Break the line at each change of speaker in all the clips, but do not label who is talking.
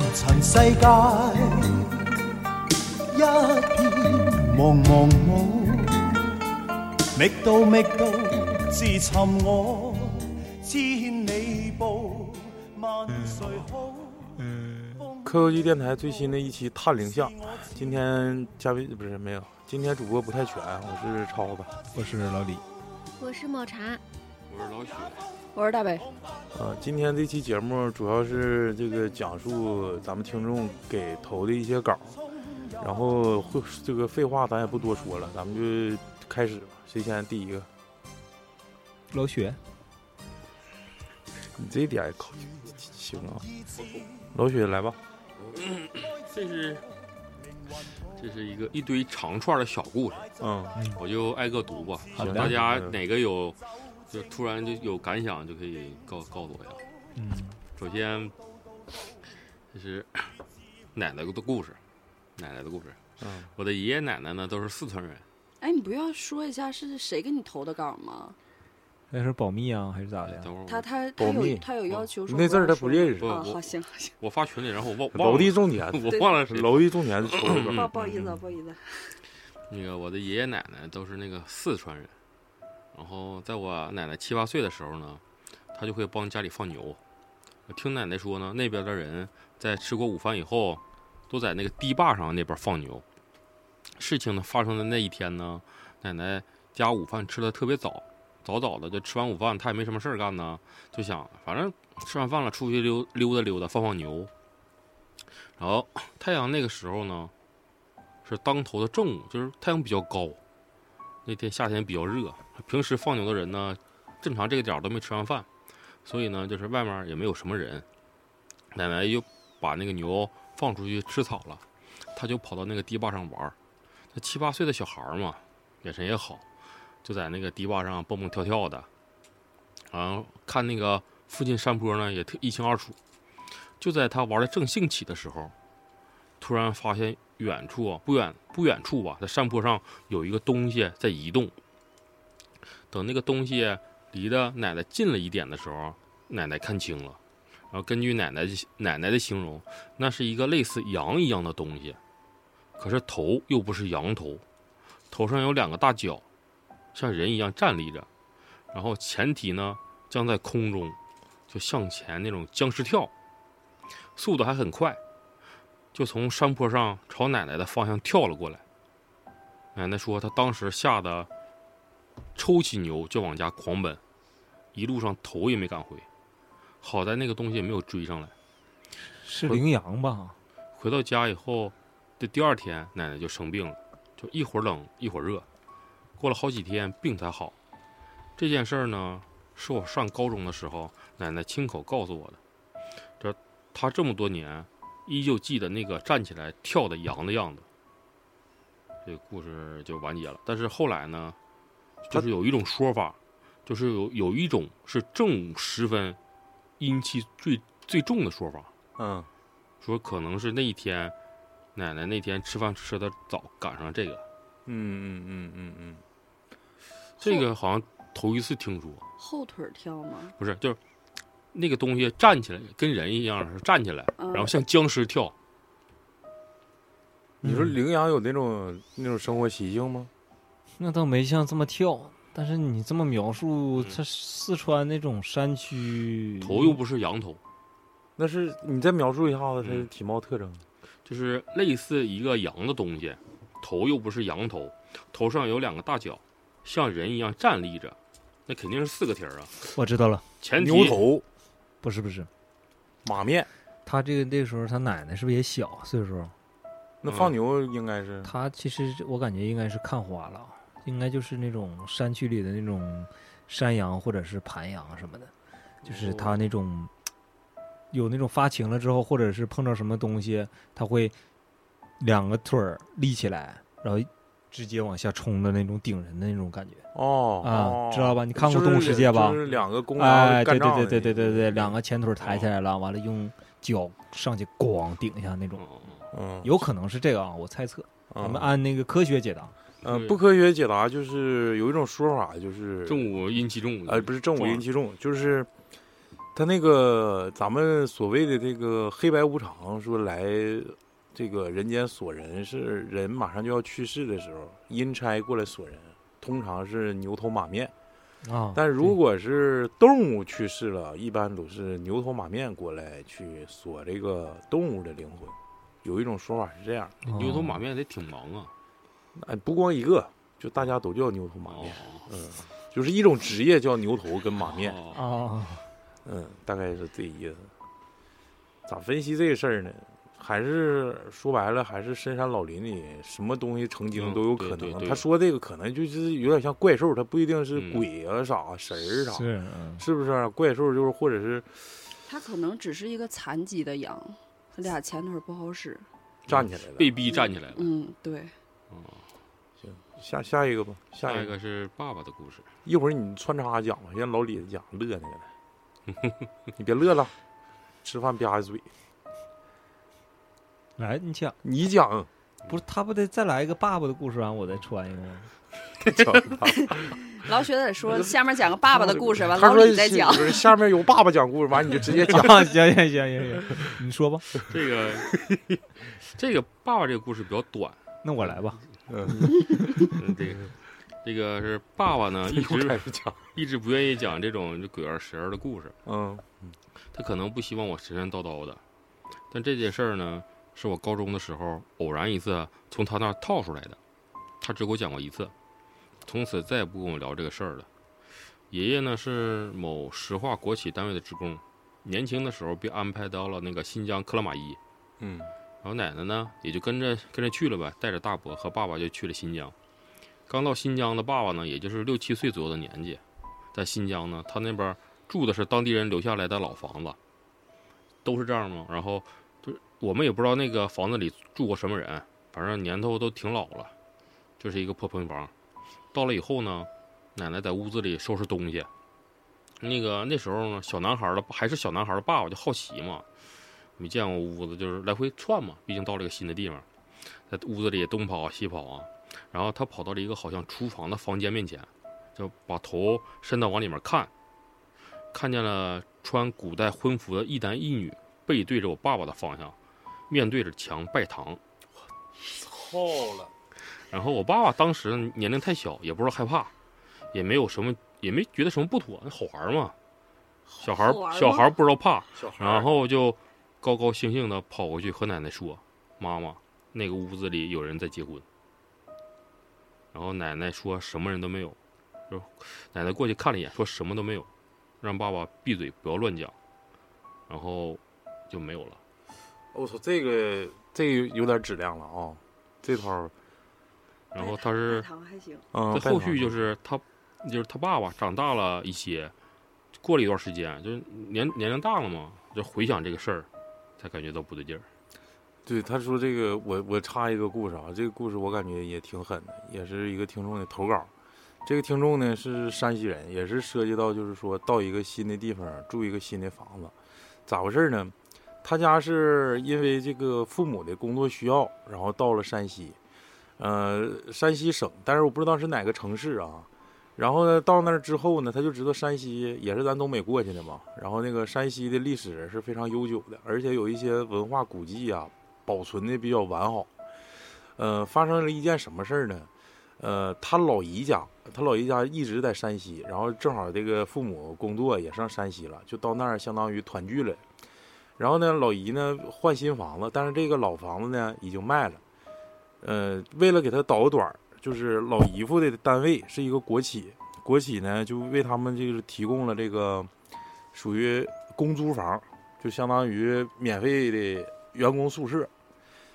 世界一片茫茫霧，覓到覓到自尋我，千里步，萬歲好。
科技电台最新的一期《探灵像》，今天嘉宾不是没有，今天主播不太全，我是超子。
我是老李，
我是抹茶，
我是大北，
呃，今天这期节目主要是这个讲述咱们听众给投的一些稿，然后会这个废话咱也不多说了，咱们就开始吧。谁先第一个？
老雪，
你这点靠行啊，老雪来吧。
这是这是一个一堆长串的小故事，
嗯，
我就挨个读吧。
好的
大家
嗯
哪个有就突然就有感想，就可以告告诉我一下。
嗯，
首先，这是 奶奶的故事，奶奶的故事。
嗯，
我的爷爷奶奶呢都是四川人，
哎，你不要说一下是谁给你投的稿吗？
那是保密啊还是咋的呀？
等会儿
他
我
他他
哦保密哦
有他有要求说
那字儿他不认
识
识哦
不，
啊，
我
好行好行，
我发群里，然后我忘忘
楼地
了，
重点，
我嗯忘了谁
楼地重点是抽一
不
个。
不好意思啊
嗯
不好意思啊，
那个我的爷爷奶奶都是那个四川人，然后在我奶奶七八岁的时候呢，她就会帮家里放牛。我听奶奶说呢，那边的人在吃过午饭以后，都在那个堤坝上那边放牛。事情呢发生的那一天呢，奶奶家午饭吃的特别早，早早的就吃完午饭，她也没什么事儿干呢，就想反正吃完饭了出去溜溜达溜达放放牛。然后太阳那个时候呢，是当头的正午，就是太阳比较高。那天夏天比较热，平时放牛的人呢，正常这个点儿都没吃完饭，所以呢，就是外面也没有什么人。奶奶又把那个牛放出去吃草了，她就跑到那个堤坝上玩儿。那七八岁的小孩儿嘛，眼神也好，就在那个堤坝上蹦蹦跳跳的，然后看那个附近山坡呢也特一清二楚。就在他玩的正兴起的时候，突然发现远处啊，不远不远处吧，在山坡上有一个东西在移动。等那个东西离的奶奶近了一点的时候，啊奶奶看清了。然后根据奶奶奶奶的形容，那是一个类似羊一样的东西，可是头又不是羊头，头上有两个大角，像人一样站立着，然后前蹄呢将在空中，就向前那种僵尸跳，速度还很快。就从山坡上朝奶奶的方向跳了过来。奶奶说，她当时吓得抽起牛就往家狂奔，一路上头也没敢回。好在那个东西也没有追上来。
是羚羊吧？
回到家以后的第二天，奶奶就生病了，就一会儿冷一会儿热，过了好几天病才好。这件事儿呢，是我上高中的时候奶奶亲口告诉我的。这她这么多年依旧记得那个站起来跳的羊的样子。这个故事就完结了。但是后来呢，就是有一种说法，就是有有一种是正午时分阴气最最重的说法。
嗯，
说可能是那一天，奶奶那天吃饭吃的早，赶上这个，
嗯嗯嗯嗯嗯，
这个好像头一次听说，
后腿儿跳吗？
不是就是那个东西站起来跟人一样是站起来，
嗯
然后像僵尸跳，
你
嗯
说羚羊有那种那种生活习性吗？
那倒没像这么跳，但是你这么描述，它四川那种山区
头又不是羊头，
那是你再描述一下子它的
嗯
体貌特征。
就是类似一个羊的东西，头又不是羊头，头上有两个大角，像人一样站立着，那肯定是四个蹄儿啊，
我知道了，
前蹄
牛头、
不是不是，
马面，
他这个那时候他奶奶是不是也小岁数？嗯
那放牛应该是
他其实我感觉应该是看花了，应该就是那种山区里的那种山羊或者是盘羊什么的，
哦
就是嗯他那种有那种发情了之后，或者是碰到什么东西，他会两个腿儿立起来，然后直接往下冲的那种顶人的那种感觉。
哦
啊
哦
知道吧你看
就
过
是
动物世界吧
就是两个公羊
哎，
干
对
仗
对
的
对对对对对，
那嗯
两个前腿儿抬起来了，完了用脚上去咣顶一下那种，
嗯，
嗯，
有可能是这个啊，我猜测，
嗯
咱们按那个科学解答。
呃不科学解答就是有一种说法就是呃
正午阴气重，
呃不是正午阴气重，就是他那个咱们所谓的这个黑白无常，说来这个人间锁人，是人马上就要去世的时候，阴差过来锁人，通常是牛头马面。
哦
啊。
但如
对
果是动物去世了，一般都是牛头马面过来去锁这个动物的灵魂。有一种说法是这样，
牛
哦
头马面得挺忙啊。
哎，不光一个，就大家都叫牛头马面，
哦
嗯，就是一种职业叫牛头跟马面，
哦
啊，
嗯，大概是这意思。咋分析这个事儿呢？还是说白了，还是深山老林里什么东西成精
嗯
都有
对
可
对
能。
对
他说这个可能就是有点像怪兽，它不一定是
嗯
鬼啊啥、神儿啥，
是嗯
是不是啊、怪兽就是或者是
它可能只是一个残疾的羊，它俩前腿不好使。
站起来了。
被逼站起来了。
嗯，对，
嗯
下下一个吧，下
下
一
一个是爸爸的故事。
一会儿你穿插讲吧，让老李讲乐那个来， 你别乐了，吃饭吧唧嘴，
来你讲，
你讲，
不是他不得再来一个爸爸的故事完，我再穿一个吗？
讲
老雪得说下面讲个爸爸的故事，完
他
老
说
李再
是
讲。
不是下面有爸爸讲故事，完你就直接讲。
啊，行行行行行，你说吧，
这个这个爸爸这个故事比较短，
那我来吧。
嗯，这个这个是爸爸呢 一
一会儿开
直
始讲，
一直不愿意讲这种鬼儿神儿的故事，
嗯
他可能不希望我神神叨叨的，但这件事儿呢是我高中的时候偶然一次从他那儿套出来的，他只给我讲过一次，从此再也不跟我聊这个事儿了。爷爷呢是某石化国企单位的职工，年轻的时候被安排到了那个新疆克拉玛依，
嗯
然后奶奶呢也就跟着跟着去了呗，带着大伯和爸爸就去了新疆。刚到新疆的爸爸呢，也就是六七岁左右的年纪，在新疆呢，他那边住的是当地人留下来的老房子，都是这样嘛。然后就是我们也不知道那个房子里住过什么人，反正年头都挺老了，就是一个破平房。到了以后呢，奶奶在屋子里收拾东西。那个那时候呢，小男孩的还是小男孩的爸爸就好奇嘛，没见过屋子，就是来回窜嘛。毕竟到了一个新的地方，在屋子里东跑啊西跑啊。然后他跑到了一个好像厨房的房间面前，就把头伸到往里面看，看见了穿古代婚服的一男一女背对着我爸爸的方向，面对着墙拜堂。
操了，
然后我爸爸当时年龄太小，也不知道害怕，也没有什么，也没觉得什么不妥，好玩嘛。小孩儿
好玩吗
小孩儿不知道怕，
小孩儿
然后就高高兴兴的跑过去和奶奶说：“妈妈，那个屋子里有人在结婚。”然后奶奶说什么人都没有，就奶奶过去看了一眼，说什么都没有，让爸爸闭嘴，不要乱讲。然后就没有了。
哦我操，这个这个有有点质量了啊、这套儿
然后他是
糖还行，
嗯，
这后续就是是他，就是他爸爸长大了一些，过了一段时间，就是年年龄大了嘛，就回想这个事儿，才感觉到不对劲儿。
对他说这个，我我插一个故事啊，这个故事我感觉也挺狠的，也是一个听众的投稿。这个听众呢是山西人，也是涉及到就是说到一个新的地方住一个新的房子，咋回事呢？他家是因为这个父母的工作需要，然后到了山西，呃，山西省，但是我不知道是哪个城市啊。然后呢，到那儿之后呢，他就知道山西也是咱东北过去的嘛。然后那个山西的历史是非常悠久的，而且有一些文化古迹啊，保存的比较完好。呃，发生了一件什么事儿呢？呃，他老姨家，他老姨家一直在山西，然后正好这个父母工作也上山西了，就到那儿相当于团聚了。然后呢，老姨呢换新房子，但是这个老房子呢已经卖了。呃，为了给他倒个短儿，就是老姨夫的单位是一个国企，国企呢就为他们就是提供了这个属于公租房，就相当于免费的员工宿舍，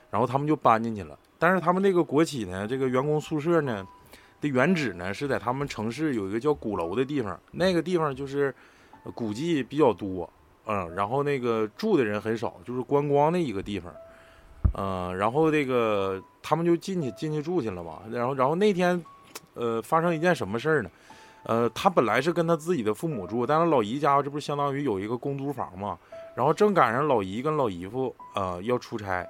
然后他们就搬进去了。但是他们这个国企呢，这个员工宿舍呢的原址呢是在他们城市有一个叫鼓楼的地方，那个地方就是呃古迹比较多，嗯，然后那个住的人很少，就是观光的一个地方。嗯、然后这个他们就进去进去住去了嘛。然后然后那天，呃，发生一件什么事儿呢？呃，他本来是跟他自己的父母住，但是老姨家这不是相当于有一个公租房嘛。然后正赶上老姨跟老姨夫呃要出差，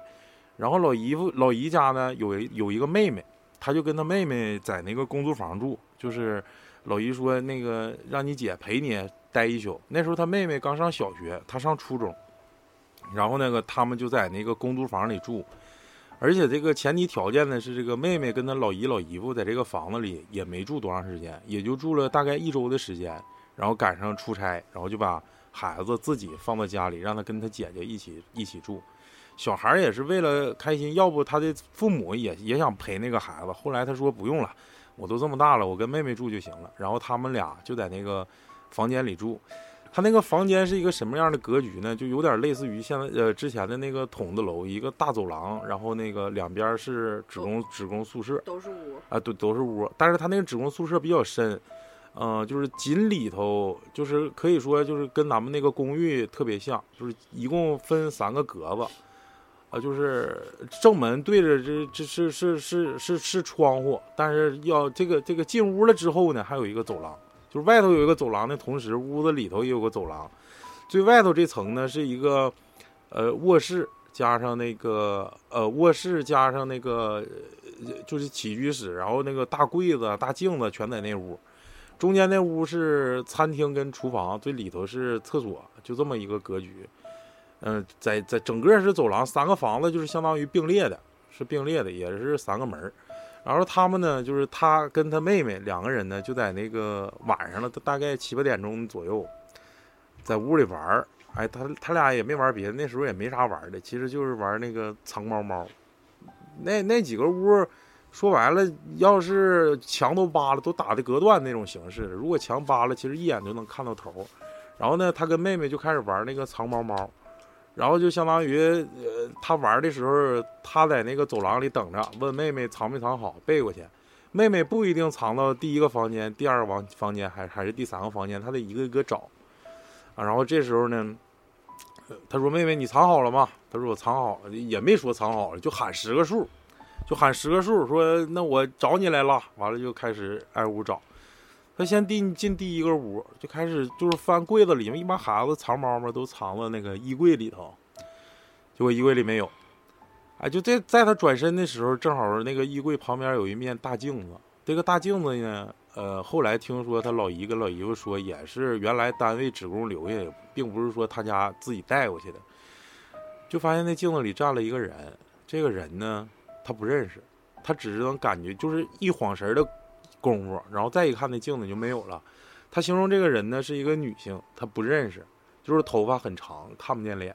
然后老姨夫老姨家呢有一有一个妹妹，他就跟他妹妹在那个公租房住，就是老姨说那个让你姐陪你待一宿。那时候他妹妹刚上小学，他上初中，然后那个他们就在那个公租房里住，而且这个前提条件呢是这个妹妹跟她老姨老姨夫在这个房子里也没住多长时间，也就住了大概一周的时间，然后赶上出差，然后就把孩子自己放到家里，让他跟他姐姐一起一起住。小孩儿也是为了开心，要不他的父母也也想陪那个孩子。后来他说不用了，我都这么大了，我跟妹妹住就行了。然后他们俩就在那个房间里住。他那个房间是一个什么样的格局呢？就有点类似于现在呃之前的那个筒子楼，一个大走廊，然后那个两边是职工职工宿舍，
都是屋，
啊，对，都是屋，但是他那个职工宿舍比较深，嗯、就是紧里头，就是可以说就是跟咱们那个公寓特别像，就是一共分三个格子，啊，就是正门对着这这是是是是是窗户，但是要这个这个进屋了之后呢，还有一个走廊，就是外头有一个走廊的同时，屋子里头也有个走廊，最外头这层呢是一个呃卧室。加上那个呃卧室，加上那个就是起居室，然后那个大柜子、大镜子全在那屋，中间那屋是餐厅跟厨房，最里头是厕所，就这么一个格局。嗯、在在整个是走廊，三个房子就是相当于并列的，是并列的，也是三个门儿。然后他们呢，就是他跟他妹妹两个人呢，就在那个晚上了，大概七八点钟左右，在屋里玩儿。哎，他他俩也没玩别的，那时候也没啥玩儿的，其实就是玩那个藏猫猫。那那几个屋儿说白了，要是墙都扒了，都打的隔断那种形式。如果墙扒了，其实一眼就能看到头儿。然后呢，他跟妹妹就开始玩那个藏猫猫，然后就相当于，呃，他玩的时候，他在那个走廊里等着，问妹妹藏没藏好，背过去。妹妹呃不一定藏到第一个房间、第二个房房间，还还是第三个房间，他得一个一个找。啊，然后这时候呢，呃 他说：“妹妹，你藏好了吗？”他说：“我藏好了，也没说藏好了，就喊十个数。”就喊十个数，说那我找你来了。完了就开始挨屋找。他先进进第一个屋，就开始就是翻柜子里面，一般孩子藏猫猫都藏到那个衣柜里头，结果衣柜里没有。哎，就这，在他转身的时候，正好那个衣柜旁边有一面大镜子。这个大镜子呢，呃，后来听说他老姨跟老姨夫说，也是原来单位职工留下的，并不是说他家自己带过去的。就发现那镜子里站了一个人，这个人呢，他不认识，他只是能感觉，就是一晃神儿的功夫，然后再一看那镜子就没有了。他形容这个人呢是一个女性，他不认识，就是头发很长，看不见脸，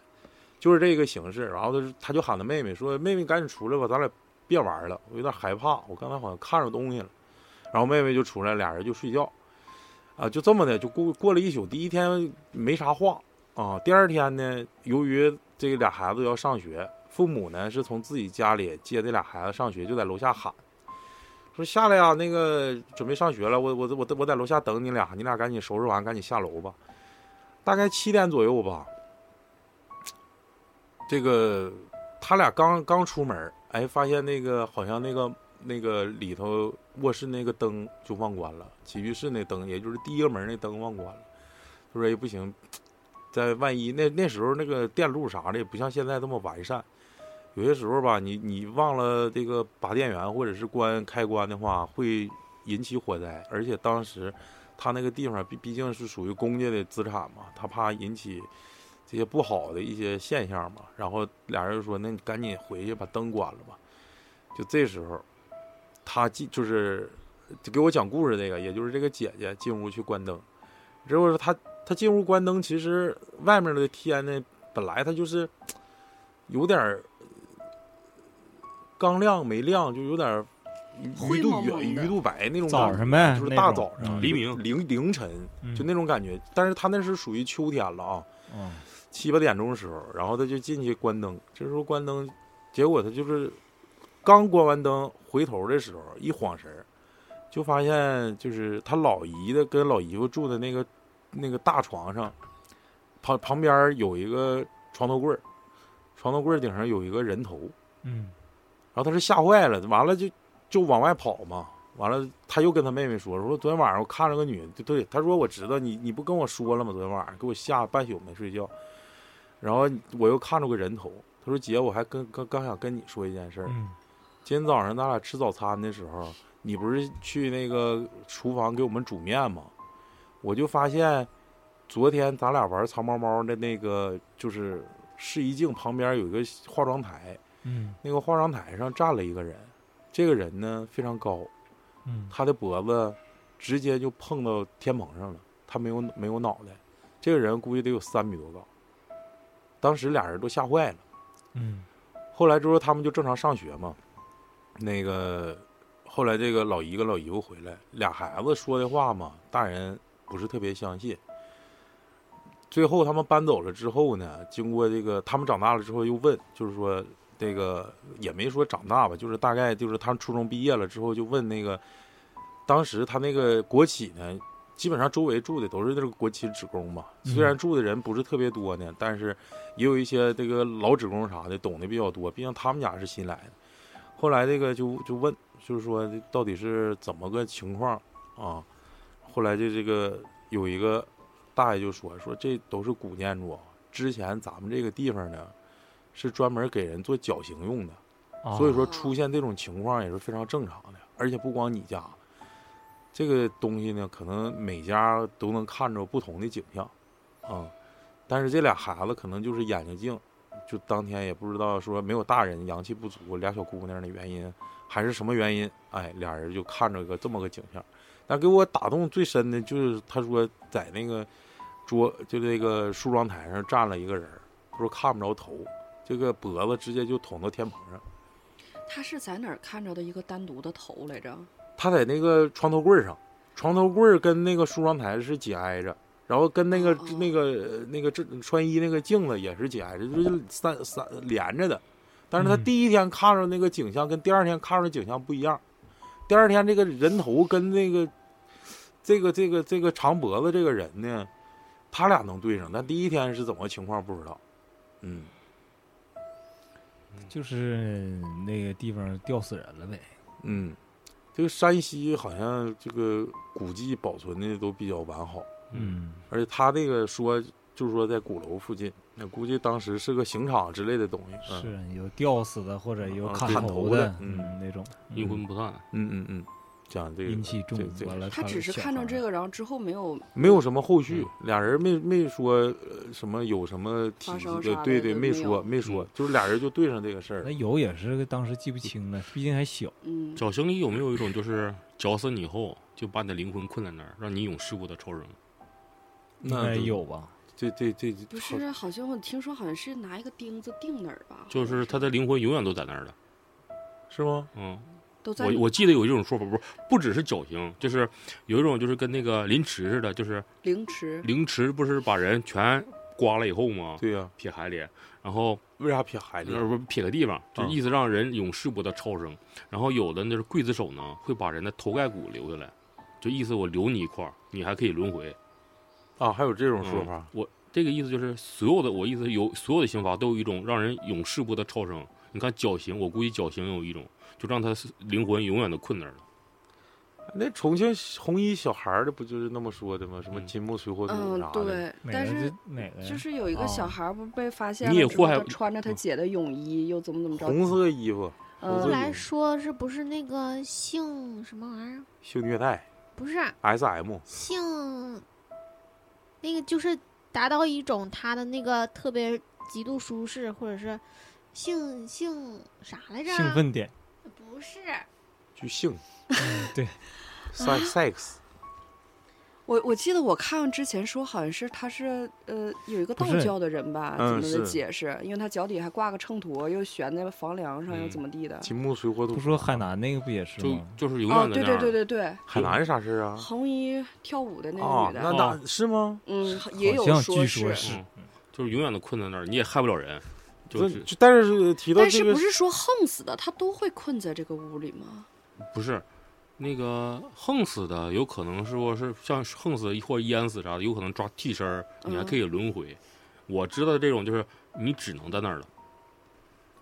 就是这个形式。然后他就他就喊他妹妹说：“妹妹，赶紧出来吧，咱俩别玩了，我有点害怕，我刚才好像看着东西了。”然后妹妹就出来，俩人就睡觉，啊，就这么的就过过了一宿。第一天没啥话啊，第二天呢，由于这俩孩子要上学，父母呢是从自己家里接这俩孩子上学，就在楼下喊，说下来呀、啊那个准备上学了，我我我我在楼下等你俩，你俩赶紧收拾完，赶紧下楼吧。大概七点左右吧，这个他俩刚刚出门儿，哎，发现那个好像那个那个里头卧室那个灯就忘关了，起居室那灯，也就是第一个门那灯忘关了。他说：“哎，不行，在万一那那时候那个电路啥的也不像现在这么完善，有些时候吧，你你忘了这个拔电源或者是关开关的话，会引起火灾。而且当时他那个地方毕毕竟是属于公家的资产嘛，他怕引起这些不好的一些现象嘛。然后俩人就说：‘那你赶紧回去把灯关了吧。’就这时候，他进就是就给我讲故事这个，也就是这个姐姐进屋去关灯，之后他他进屋关灯，其实外面的天呢，本来它就是有点儿刚亮没亮，就有点儿鱼鱼
灰
肚
蒙蒙
鱼
的
鱼肚白那种
早
感觉
上呗，
就是
那
大
种
早上
嗯
黎明
凌凌晨
嗯
就那种感觉，但是他那是属于秋天了啊，
嗯
七八点钟的时候，然后他就进去关灯。这时候关灯，结果他就是刚关完灯，回头的时候一晃神儿，就发现就是他老姨的跟老姨夫住的那个那个大床上，旁旁边儿有一个床头柜儿，床头柜儿顶上有一个人头。
嗯
然后他是吓坏了，完了就就往外跑嘛。完了，他又跟他妹妹说：“说昨天晚上我看着个女的，对对，他说我知道你，你不跟我说了吗？昨天晚上给我吓半宿没睡觉，然后我又看着个人头。他说姐，我还跟刚刚想跟你说一件事儿，
嗯
今天早上咱俩吃早餐的时候，你不是去那个厨房给我们煮面吗？我就发现，昨天咱俩玩藏猫猫的那个，就是试衣镜旁边有一个化妆台，
嗯
那个化妆台上站了一个人，这个人呢非常高，
嗯
他的脖子直接就碰到天棚上了，他没有没有脑袋，这个人估计得有三米多高，当时俩人都吓坏了。
嗯
后来之后他们就正常上学嘛，那个后来这个老姨跟老姨夫回来，俩孩子说的话嘛，大人不是特别相信。最后他们搬走了之后呢，经过这个他们长大了之后又问，就是说这个也没说长大吧，就是大概就是他们初中毕业了之后就问那个，当时他那个国企呢，基本上周围住的都是这个国企职工嘛，
嗯
虽然住的人不是特别多呢，但是也有一些这个老职工啥的懂得比较多，毕竟他们家是新来的。后来这个就就问，就是说这到底是怎么个情况啊？后来就这个有一个大爷就说说这都是古建筑啊，之前咱们这个地方呢是专门给人做绞刑用的，
啊
所以说出现这种情况也是非常正常的，而且不光你家，这个东西呢，可能每家都能看着不同的景象，啊、但是这俩孩子可能就是眼睛净，就当天也不知道说没有大人阳气不足，俩小姑娘的原因还是什么原因，哎，俩人就看着个这么个景象。但给我打动最深的就是他说在那个桌就那个梳妆台上站了一个人儿，他说看不着头，这个脖子直接就捅到天棚上。
他是在哪儿看着的一个单独的头来着？
他在那个床头柜儿上，床头柜儿跟那个梳妆台是紧挨着，然后跟那个、
哦
那个呃那个这穿衣那个镜子也是紧挨着，就是三三连着的。但是他
嗯
第一天看着那个景象跟第二天看着景象不一样，第二天这个人头跟那个这个这个这个长脖子这个人呢，他俩能对上，但第一天是怎么情况不知道。嗯，
就是那个地方吊死人了呗。
嗯，这个山西好像这个古迹保存的都比较完好。
嗯
而且他这个说就是说在鼓楼附近，那估计当时是个刑场之类的东西。嗯
是有吊死的或者有
啊
砍
砍
头
头的嗯
嗯那种
阴魂
嗯
不啊散。
嗯嗯嗯，讲这个
阴气重
这这，
完
呃
了
他只是
小
看
孩
着
儿
这个，然后之后没有
没有什么后续，
嗯
俩人没没说呃什么有什么体
发
系
生啥
的，
的
对
就
对，
没
没
有
说没
嗯
说，就是俩人就对上这个事儿
那
了。
有也是当时记不清了，毕竟还小。
嗯，
绞刑里有没有一种就是绞死你以后就把你的灵魂困在那儿，让你永世不得超生？
应该
那就
有吧？
这这这
不是，好像我听说好像是拿一个钉子钉那儿吧？
就是他的灵魂永远都在那儿的。
是吗？
嗯，
都在
我我记得有一种说法，不是不只是绞刑，就是有一种就是跟那个凌迟似的，就是
凌迟，
凌迟不是把人全刮了以后吗？
对呀，
撇海里，然后
为啥撇海里？
呃不是撇个地方，就
啊
意思让人永世不得超生。然后有的那是刽子手呢，会把人的头盖骨留下来，就意思我留你一块儿，你还可以轮回。
啊，还有这种说法
嗯？我这个意思就是所有的，我意思有所有的刑罚都有一种让人永世不得超生。你看绞刑，我估计绞刑有一种，就让他灵魂永远都困那儿了。
那重庆红衣小孩儿的不就是那么说的吗？什么
嗯
金木水火土
嗯
啥，的？
对，
哪
但
个
是
就哪个呀？
就是有一个
啊
小孩儿不被发现
你也
了之后，
祸害
他穿着他姐的泳衣，又怎么怎么着？
红色衣服
嗯
红
后
色
来说是不是那个性什么玩意儿？
性虐待
不是
S M
性，那个就是达到一种他的那个特别极度舒适，或者是性性啥来着？
兴奋点， 嗯
不是，
就性
对，
啊
sex sex
我我记得我看之前说好像是他是呃有一个
不
道
是
教的人吧，怎
嗯
么的
是
解释？因为他脚底还挂个秤砣，又悬在房梁上，又
嗯
怎么地的？
金木水火土。
不说海南那个不也是
就
吗？
就是永
哦，
远在
对
那儿。
对对对对，
海南是啥事儿啊？
红衣跳舞的那
啊，
个女
那
的，
那是吗？
嗯，也有
好像
说
据说是
嗯，就是永远都困在那儿，你也害不了人。就
这
是
就但是提到
但
这
是
个
不，是说横死的，他都会困在这个屋里吗？
不是那个横死的，有可能是说是像横死或者淹死啥的，有可能抓替身儿，你还可以轮回。我知道这种就是你只能在那儿了，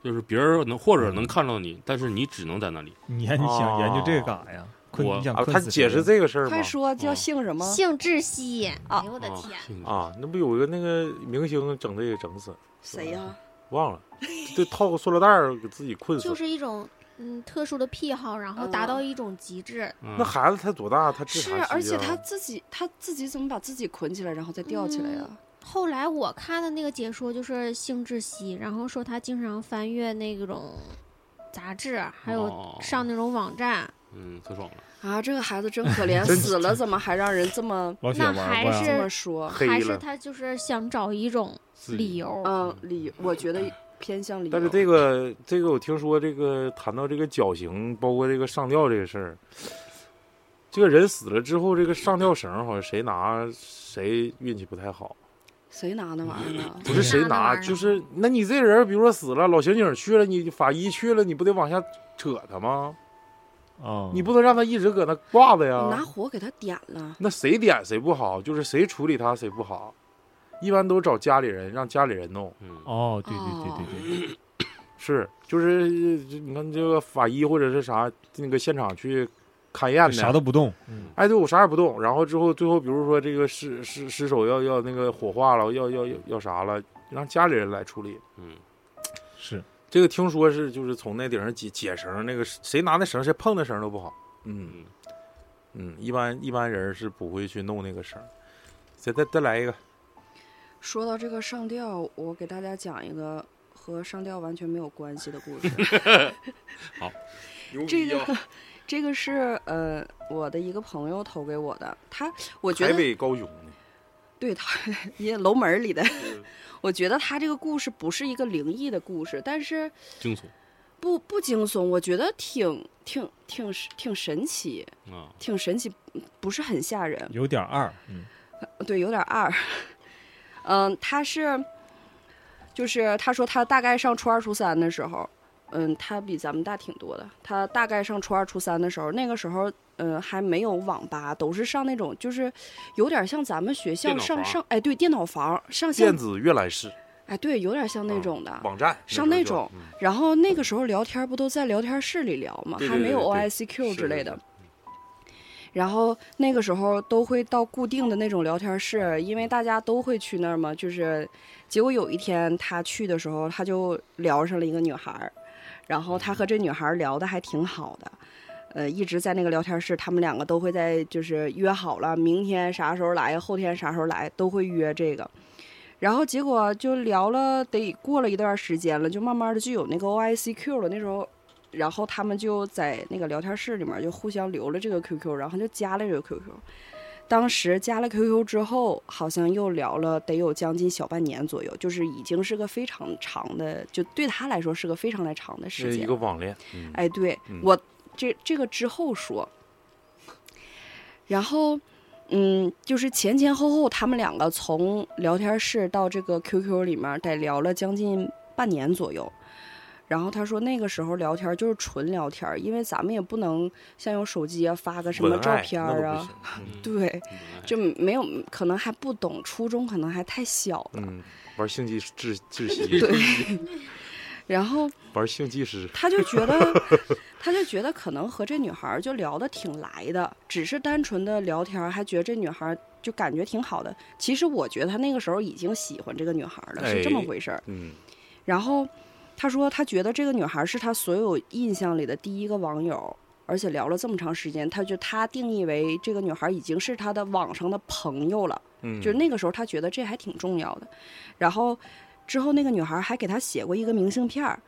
就是别人能或
嗯
者能看到你，但是你只能在那里。
你研你想研究这个
哦
干啥呀？困
我
你想
啊，
困
他
死
解
谁
释
呀
这个事儿吗
快？说叫
哦
姓什么？
性窒息。
啊
哎呦我的
啊
天！
幸运
啊，那不有一个那个明星整这个整死，
谁呀、
忘了，就套个塑料袋儿给自己困死
就。是一种嗯特殊的癖好，然
嗯
后达到一种极致。
嗯
那孩子才多大，他治啥
是
急啊？，
而且他自己他自己怎么把自己捆起来，然后再吊起来呀、
后来我看的那个解说就是性窒息，然后说他经常翻阅那种杂志，还有
哦
上那种网站，
嗯，可爽了。
啊，这个孩子真 可怜，
真
死了怎么还让人这么
老铁
那
玩
还
过呀？
这
是
么说？
黑
还
了
是他就是想找一种
自
理
己
由。
嗯，理我觉得偏向理由。
但是这个这个，我听说这个谈到这个绞刑，包括这个上吊这个事儿，这个人死了之后，这个上吊绳好像谁拿谁运气不太好，
谁拿那玩意儿呢？
不是谁
谁拿那
拿，
玩意儿
就是那你这人，比如说死了，老刑警去了，你法医去了，你不得往下扯他吗？
哦，
你不能让他一直搁那挂着
你拿
呀。
火给他点了，
那谁点谁不好，就是谁处理他谁不好，一般都找家里人，让家里人弄。
嗯，
哦，对对对对对，
是，就是呃你看这个法医或者是啥，那个现场去勘验的，
啥都不动，嗯，
哎，对我啥也不动。然后之后最后，比如说这个尸尸尸首要要那个火化了，要要要要啥了，让家里人来处理。
嗯，
是
这个听说是就是从那顶上解解绳，那个谁拿那绳谁碰那绳都不好。嗯
嗯
嗯，一般一般人是不会去弄那个绳。再再再来一个，
说到这个上吊，我给大家讲一个和上吊完全没有关系的 故事。
牛
这个， 这个是呃我的一个朋友投给我的，他我觉
台
得
北高雄的，
对他也楼门儿里的，
嗯
我觉得他这个故事不是一个灵异的故事，但是
惊悚
不不惊悚，我觉得挺挺挺挺神奇，
啊，
挺神奇，不是很吓人。
有点二，嗯，
对，有点二。 嗯，他是，就是他说他大概上初二、初三的时候，嗯，他比咱们大挺多的。他大概上初二、初三的时候，那个时候，嗯，还没有网吧，都是上那种，就是有点像咱们学校
电脑
上
房
上，哎，对，电脑房上像
电，子阅览室
哎，对，有点像那
嗯
啊
种的。
网站
上那
时候
种
叫嗯
然后那个时候聊天不都在聊天室里聊吗？
对对
还没有
对对
OICQ
是
之类
是
的
是。
然后那个时候都会到固定的那种聊天室，因为大家都会去那儿嘛。就是，结果有一天他去的时候，他就聊上了一个女孩儿，然后他和这女孩儿聊的还挺好的，呃，一直在那个聊天室，他们两个都会在就是约好了明天啥时候来，后天啥时候来，都会约这个。然后结果就聊了，得过了一段时间了，就慢慢的就有那个 OICQ 了。那时候，然后他们就在那个聊天室里面就互相留了这个 QQ，然后就加了这个 QQ。当时加了 QQ 之后，好像又聊了得有将近小半年左右，就是已经是个非常长的，就对他来说是个非常来长的
是
时间
一。个网恋，嗯
哎，对、
嗯
我这这个之后说，然后嗯，就是前前后后他们两个从聊天室到这个 QQ 里面，得聊了将近半年左右。然后他说，那个时候聊天就是纯聊天，因为咱们也不能像用手机啊发个什么
文
照
爱
片
那都
儿
不
啊
行，嗯
嗯，
对，就没有，可能还不懂，初中可能还太小了。
嗯，玩性技窒窒息，
对，然后
玩性技师，
他就觉得，他就觉得可能和这女孩儿就聊得挺来的，只是单纯的聊天儿，还觉得这女孩儿就感觉挺好的。其实我觉得他那个时候已经喜欢这个女孩儿了，是这么
哎
回事儿。
嗯，
然后他说，他觉得这个女孩儿是他所有印象里的第一个网友，而且聊了这么长时间，他就他定义为这个女孩儿已经是他的网上的朋友了。
嗯
就是那个时候他觉得这还挺重要的。然后之后那个女孩还给他写过一个明信片儿，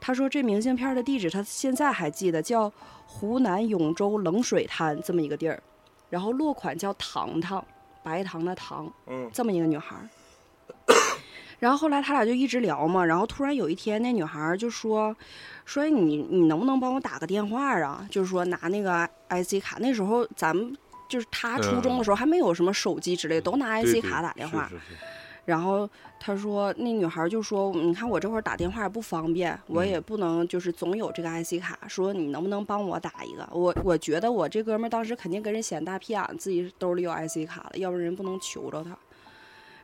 他说这明信片儿的地址他现在还记得，叫湖南永州冷水滩这么一个地儿，然后落款叫糖糖，白糖的糖，
嗯
这么一个女孩儿。然后后来他俩就一直聊嘛，然后突然有一天那女孩儿就说，说你你能不能帮我打个电话啊？就是说拿那个 IC 卡，那时候咱们就是他初中的时候还没有什么手机之类，都拿 IC 卡打电话。
对对是是是
然后他说，那女孩就说：“你看我这会儿打电话也不方便，我
嗯
也不能就是总有这个 IC 卡。说你能不能帮我打一个？我我觉得我这哥们儿当时肯定跟人显大屁眼，自己兜里有 IC 卡了，要不然人不能求着他。”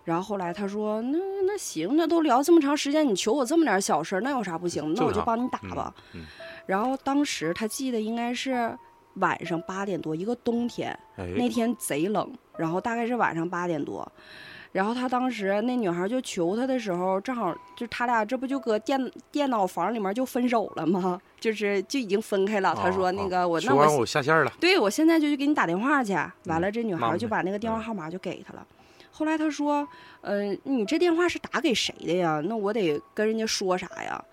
然后后来他说：“那那行，那都聊这么长时间，你求我这么点小事儿，那有啥不行？那我
正
就
常
帮你打
嗯
吧。
嗯
然后当时他记得应该是晚上八点多，一个冬天，
哎，
那天贼冷，然后大概是晚上八点多，然后他当时那女孩就求他的时候，正好就他俩这不就搁电电脑房里面就分手了吗？就是就已经分开了。他说那个我那
说
我
完我下线了，
对我现在就去给你打电话去。啊完了，这女
慢
孩
慢
就把那个电话号码就给他了。后来他说，嗯、你这电话是打给谁的呀？那我得跟人家说啥呀？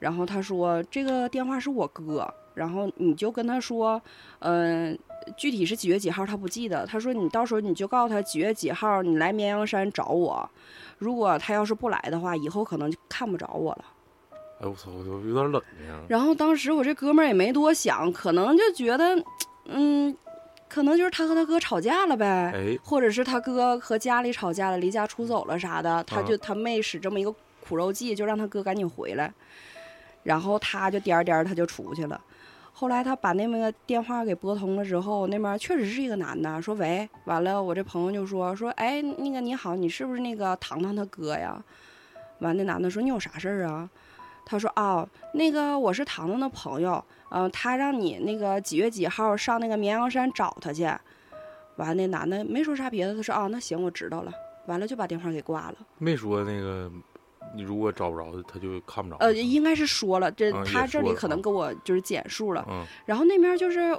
然后他说这个电话是我哥，然后你就跟他说，嗯、具体是几月几号他不记得。他说你到时候你就告诉他几月几号你来绵阳山找我，如果他要是不来的话，以后可能就看不着我了。
哎我操，我有点冷呀。
然后当时我这哥们儿也没多想，可能就觉得，嗯，可能就是他和他哥吵架了呗，
哎，
或者是他哥和家里吵架了，离家出走了啥的，他就、他妹使这么一个苦肉计，就让他哥赶紧回来，然后他就颠儿颠儿他就出去了。后来他把那边个电话给拨通了之后，那边确实是一个男的，说喂，完了我这朋友就说说，哎，那个你好，你是不是那个糖糖他哥呀？完那男的说你有啥事儿啊？他说啊，那个我是糖糖的朋友，嗯、他让你那个几月几号上那个绵羊山找他去。完那男的没说啥别的，他说啊，那行我知道了。完了就把电话给挂了。
没说那个，你如果找不着他就看不着。
呃，应该是说了，这
啊也
他这
说
里
了
可能
啊
给我就是简述了。
嗯，
然后那边就是，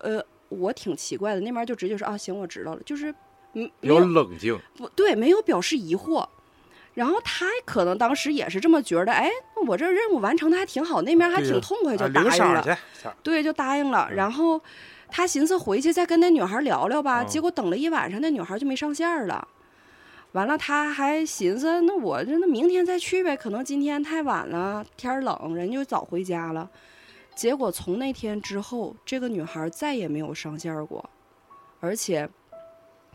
呃，我挺奇怪的，那边就直接说啊，行，我知道了，就是，嗯，
比
没
较
有
冷静。
不对，没有表示疑惑。然后他可能当时也是这么觉得，哎，那我这任务完成的还挺好，那边还
对呀
挺痛快，
哎，
就
领
答
个
应
赏
了。
去，啥
对，就答应了。然后他寻思回去再跟那女孩聊聊吧，
嗯
结果等了一晚上，那女孩就没上线儿了。完了，他还寻思，那我这那明天再去呗，可能今天太晚了，天儿冷，人就早回家了。结果从那天之后，这个女孩再也没有上线儿过，而且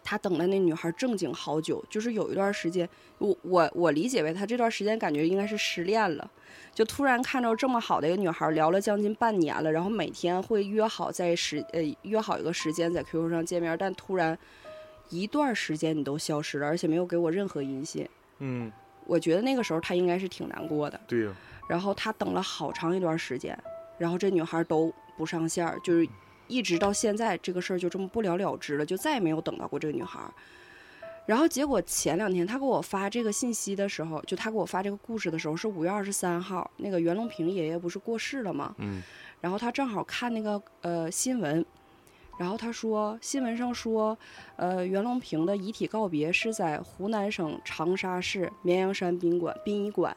他等了那女孩正经好久，就是有一段时间，我我我理解为他这段时间感觉应该是失恋了，就突然看着这么好的一个女孩，聊了将近半年了，然后每天会约好在时呃约好一个时间在 QQ 上见面，但突然一段时间你都消失了，而且没有给我任何音信，
嗯，
我觉得那个时候他应该是挺难过的。
对呀，
然后他等了好长一段时间，然后这女孩都不上线儿，就是一直到现在这个事儿就这么不了了之了，就再也没有等到过这个女孩儿。然后结果前两天他给我发这个信息的时候，就他给我发这个故事的时候是五月二十三号，那个袁隆平爷爷不是过世了吗？
嗯，
然后他正好看那个呃新闻，然后他说新闻上说，呃袁隆平的遗体告别是在湖南省长沙市绵阳山宾馆殡仪馆。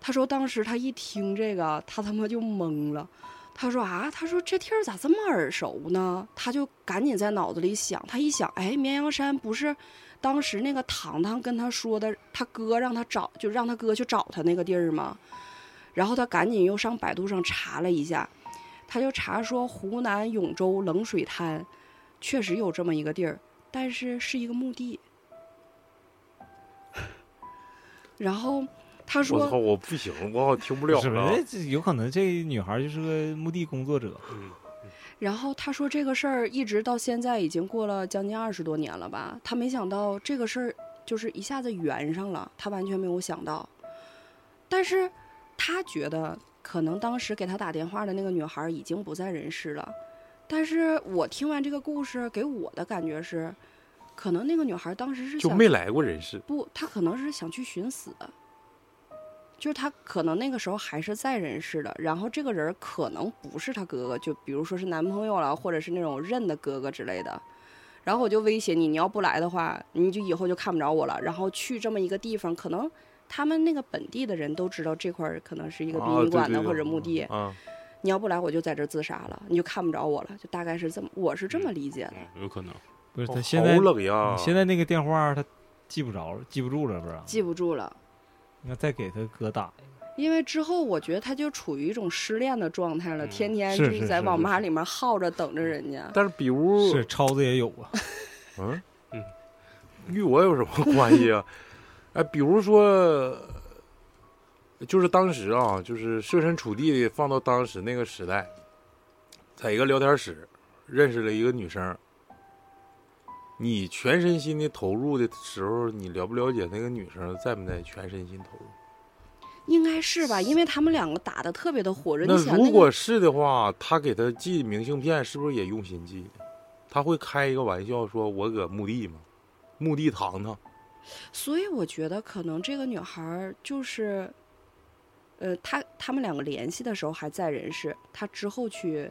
他说当时他一听这个，他他妈就懵了。他说啊，他说这地儿咋这么耳熟呢？他就赶紧在脑子里想，他一想，哎，绵羊山不是当时那个糖糖跟他说的，他哥让他找，就让他哥去找他那个地儿吗？然后他赶紧又上百度上查了一下，他就查说湖南永州冷水滩确实有这么一个地儿，但是是一个墓地。 然后他说
我操，我不行，我好像听不了啊
是不
了
是？。这有可能这女孩就是个墓地工作者，
嗯
然后他说这个事儿一直到现在已经过了将近二十多年了吧，他没想到这个事儿就是一下子圆上了，他完全没有想到。但是他觉得可能当时给他打电话的那个女孩已经不在人世了，但是我听完这个故事，给我的感觉是，可能那个女孩当时是
就
想
没来过人世。
不，他可能是想去寻死，就是他可能那个时候还是在人世的，然后这个人可能不是他哥哥，就比如说是男朋友了，或者是那种认的哥哥之类的。然后我就威胁你，你要不来的话，你就以后就看不着我了。然后去这么一个地方，可能他们那个本地的人都知道这块儿可能是一个
啊
殡仪
对
馆
对
呢
对
或者墓地，
啊，
你要不来我就在这儿自杀了，你就看不着我了，就大概是这么，我是这么理解的。
嗯有可能。
不是？
哦
她现在
好冷呀！
现在那个电话她记不着了，记不住了，不是？
记不住了。
应该再给她哥打。
因为之后我觉得他就处于一种失恋的状态了，
嗯
天天
是
就是在
是
网
是
吧
是
里面耗着等着人家。
但是比如
是超子也有啊，
嗯
嗯，
与我有什么关系啊？哎，比如说，就是当时啊，就是设身处地地放到当时那个时代，在一个聊天室认识了一个女生，你全身心的投入的时候，你了不了解那个女生在不在全身心投入？
应该是吧，因为他们两个打的特别的火热。你想、
如
那个，
果是的话，他给她寄明信片，是不是也用心寄的？他会开一个玩笑说：“我搁墓地嘛，墓地糖糖，
所以我觉得可能这个女孩儿就是，呃，她他们两个联系的时候还在人世，她之后去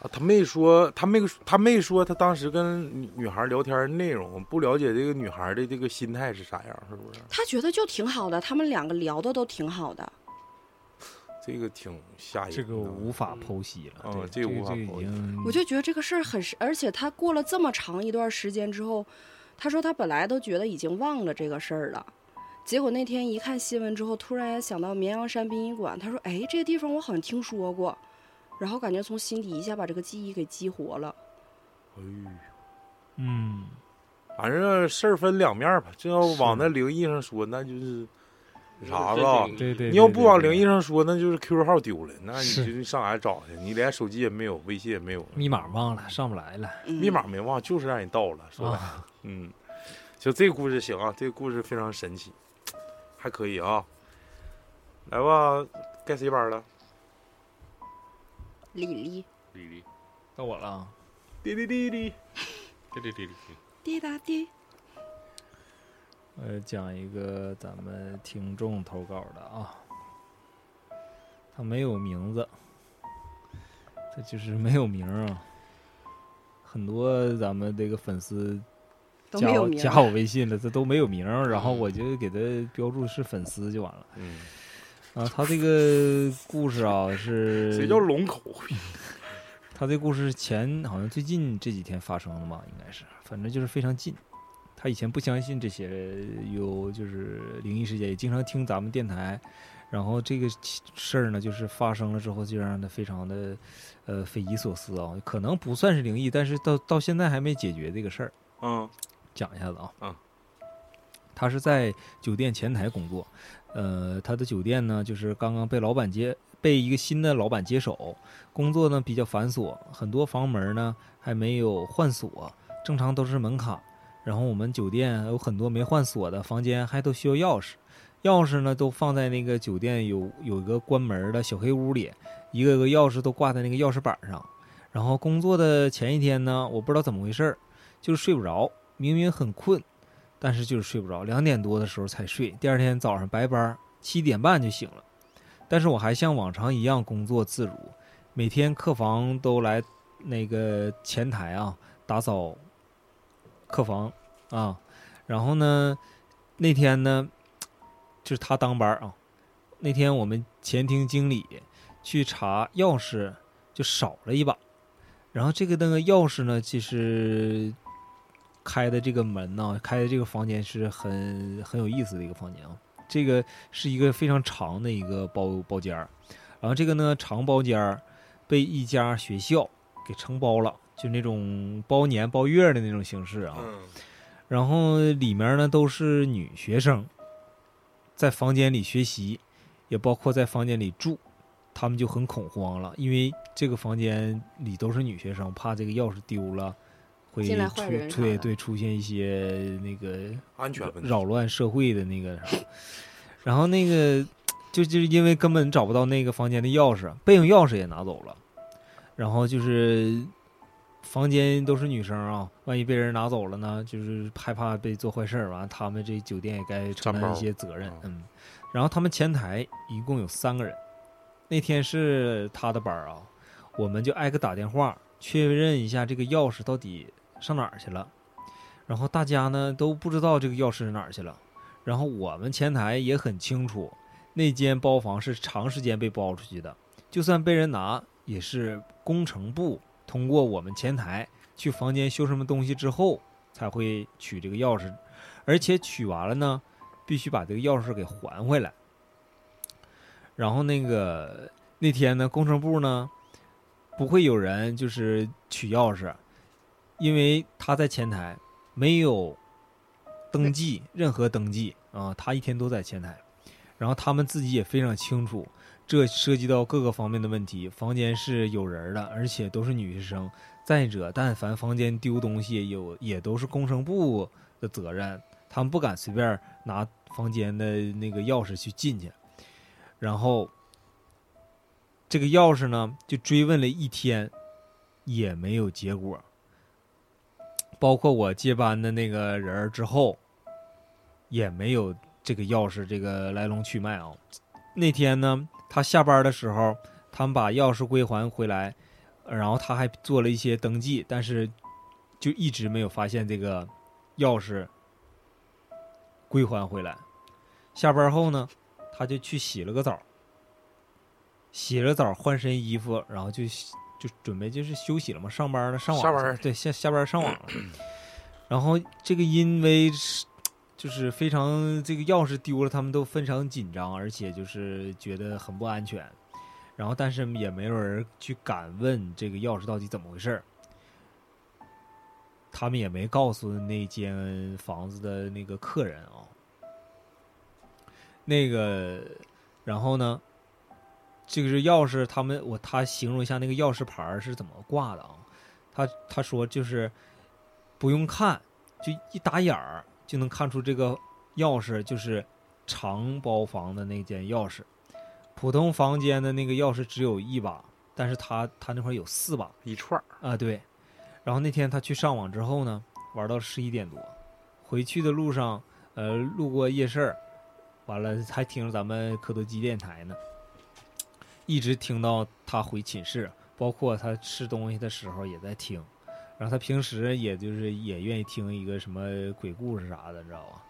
啊，他没说，他没他没说，他当时跟女女孩聊天的内容，不了解这个女孩的这个心态是啥样，是不是？
他觉得就挺好的，他们两个聊的都挺好的。
这个挺吓人的。
这个无法剖析了。
嗯
对
这
这
无法
个已
剖析
经
我就觉得这个事儿很是，而且他过了这么长一段时间之后，他说他本来都觉得已经忘了这个事儿了，结果那天一看新闻之后，突然想到绵阳山殡仪馆，他说：“哎，这个地方我好像听说过。”然后感觉从心底一下把这个记忆给激活了。
哎
嗯，
反正事儿分两面儿吧，这要
是
往那灵异上说，那就是啥子啊
这？
对对，
你要
对
不
对
往
对
灵异上说，那就是 QQ 号丢了，那
是
你就上哪找去？你连手机也没有，微信也没有，
密码忘了，上不来了
嗯、
密码没忘，就是让你盗了。说白了，
啊。
嗯，就这个故事行啊，这个故事非常神奇，还可以啊。来吧，该谁班了？
李丽
李丽，
到我了啊，
滴滴滴滴，
对对对对，
滴答滴，
呃，讲一个咱们听众投稿的啊，他没有名字，他就是没有名儿啊。很多咱们这个粉丝
都
加
没有
我
名
加
儿。嗯
我微信了，他都没有名儿，然后我就给他标注是粉丝就 完了。
嗯，
啊，他这个故事啊
嗯
是
谁叫龙口？
他这故事前好像最近这几天发生的吧，应该是，反正就是非常近。他以前不相信这些有就是灵异事件，也经常听咱们电台。然后这个其事儿呢，就是发生了之后，就让他非常的呃匪夷所思啊。可能不算是灵异，但是到到现在还没解决这个事儿。
嗯
讲一下子啊。
嗯
他是在酒店前台工作，呃，他的酒店呢，就是刚刚被老板接，被一个新的老板接手，工作呢比较繁琐，很多房门呢还没有换锁，正常都是门卡。然后我们酒店有很多没换锁的房间，还都需要钥匙，钥匙呢都放在那个酒店有有一个关门的小黑屋里，一个个钥匙都挂在那个钥匙板上。然后工作的前一天呢，我不知道怎么回事儿，就是睡不着，明明很困，但是就是睡不着，两点多的时候才睡，第二天早上白班七点半就醒了。但是我还像往常一样工作自如，每天客房都来那个前台啊打扫客房啊，然后呢，那天呢，就是他当班啊，那天我们前厅经理去查钥匙就少了一把，然后这个那个钥匙呢，其实开的这个门呢、开的这个房间是很很有意思的一个房间啊。这个是一个非常长的一个包包间儿，然后这个呢长包间儿被一家学校给承包了，就那种包年包月的那种形式啊。
嗯，
然后里面呢都是女学生，在房间里学习，也包括在房间里住，他们就很恐慌了，因为这个房间里都是女学生，怕这个钥匙丢了会
进来
出
坏人啥
对
的
对出现一些那个
安全问题。
扰乱社会的那个啥，然后那个就就是因为根本找不到那个房间的钥匙，备用钥匙也拿走了，然后就是房间都是女生啊，万一被人拿走了呢，就是害怕被做坏事儿，完了他们这酒店也该承
沾
担
包
一些责任
啊，
嗯，然后他们前台一共有三个人，那天是他的班儿啊，我们就挨个打电话确认一下这个钥匙到底上哪儿去了。然后大家呢都不知道这个钥匙是哪儿去了，然后我们前台也很清楚，那间包房是长时间被包出去的，就算被人拿，也是工程部通过我们前台去房间修什么东西之后才会取这个钥匙，而且取完了呢，必须把这个钥匙给还回来。然后那个那天呢，工程部呢不会有人就是取钥匙，因为他在前台没有登记任何登记啊，他一天都在前台。然后他们自己也非常清楚，这涉及到各个方面的问题。房间是有人儿的，而且都是女学生。再者，但凡房间丢东西，有也都是工程部的责任，他们不敢随便拿房间的那个钥匙去进去。然后，这个钥匙呢，就追问了一天，也没有结果。包括我接班的那个人儿之后，也没有这个钥匙这个来龙去脉啊。那天呢，他下班的时候，他们把钥匙归还回来，呃然后他还做了一些登记，但是就一直没有发现这个钥匙归还回来。下班后呢，他就去洗了个澡，洗了澡换身衣服，然后就洗就准备就是休息了嘛，上班了，上网
下
了
班儿
对下下班儿上网了。然后这个因为是就是非常这个钥匙丢了，他们都非常紧张，而且就是觉得很不安全。然后但是也没有人去敢问这个钥匙到底怎么回事儿。他们也没告诉那间房子的那个客人啊、那个，然后呢，这个是钥匙，他们我他形容一下那个钥匙牌儿是怎么挂的啊？他他说就是不用看，就一打眼儿就能看出这个钥匙就是长包房的那间钥匙，普通房间的那个钥匙只有一把，但是他他那块儿有四把，
一串儿
啊，对。然后那天他去上网之后呢，玩到十一点多，回去的路上，呃，路过夜市儿，完了还听着咱们科德基电台呢，一直听到他回寝室，包括他吃东西的时候也在听。然后他平时也就是也愿意听一个什么鬼故事啥的，你知道吧？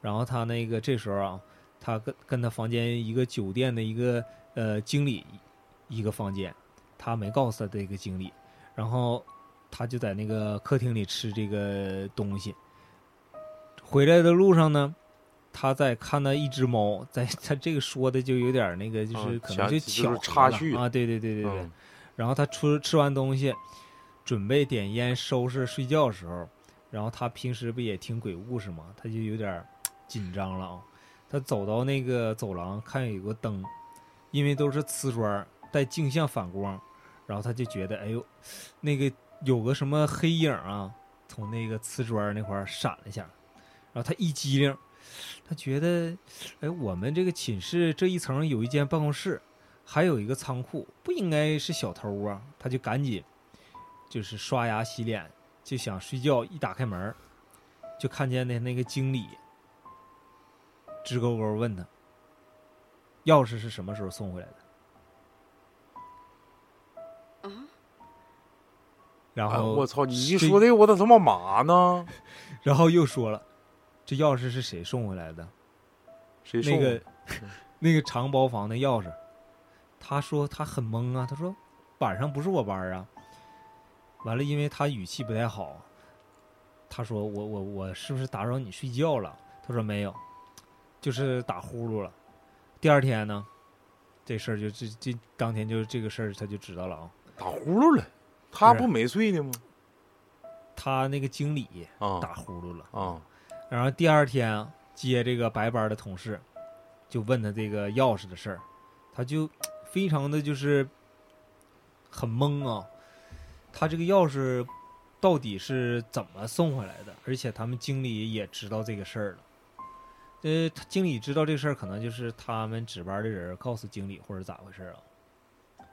然后他那个这时候啊，他跟跟他房间一个酒店的一个呃经理一个房间，他没告诉他这个经理，然后他就在那个客厅里吃这个东西。回来的路上呢，他在看到一只猫，在他这个说的就有点儿那个，就是
啊
可
前
能
就
就
是
巧合
插
了
叙
啊，对对对对对。
嗯
然后他吃吃完东西，准备点烟收拾睡觉的时候，然后他平时不也听鬼故事嘛，他就有点儿紧张了啊。他走到那个走廊，看有个灯，因为都是瓷砖儿，带镜像反光，然后他就觉得，哎呦，那个有个什么黑影啊，从那个瓷砖儿那块儿闪了一下，然后他一激灵，他觉得，哎，我们这个寝室这一层有一间办公室，还有一个仓库，不应该是小偷啊！他就赶紧就是刷牙洗脸，就想睡觉。一打开门儿，就看见那那个经理直勾勾问他，钥匙是什么时候送回来的？
啊，
然
哎
后
我操！你一
这
说这个，我咋他妈麻呢？
然后又说了，这钥匙是谁送回来的？
谁送
那
的？
个 那个长包房的钥匙，他说他很懵啊，他说晚上不是我班儿啊。完了，因为他语气不太好，他说我我我是不是打扰你睡觉了？他说没有，就是打呼噜了。第二天呢，这事儿就这这当天就这个事儿他就知道了啊。
打呼噜了，他
不是啊
不没睡呢吗？
他那个经理
啊
打呼噜了，
啊
然后第二天啊接这个白班的同事，就问他这个钥匙的事儿，他就非常的就是很懵啊，他这个钥匙到底是怎么送回来的？而且他们经理也知道这个事儿了。呃，他经理知道这事儿，可能就是他们值班的人告诉经理或者咋回事儿啊。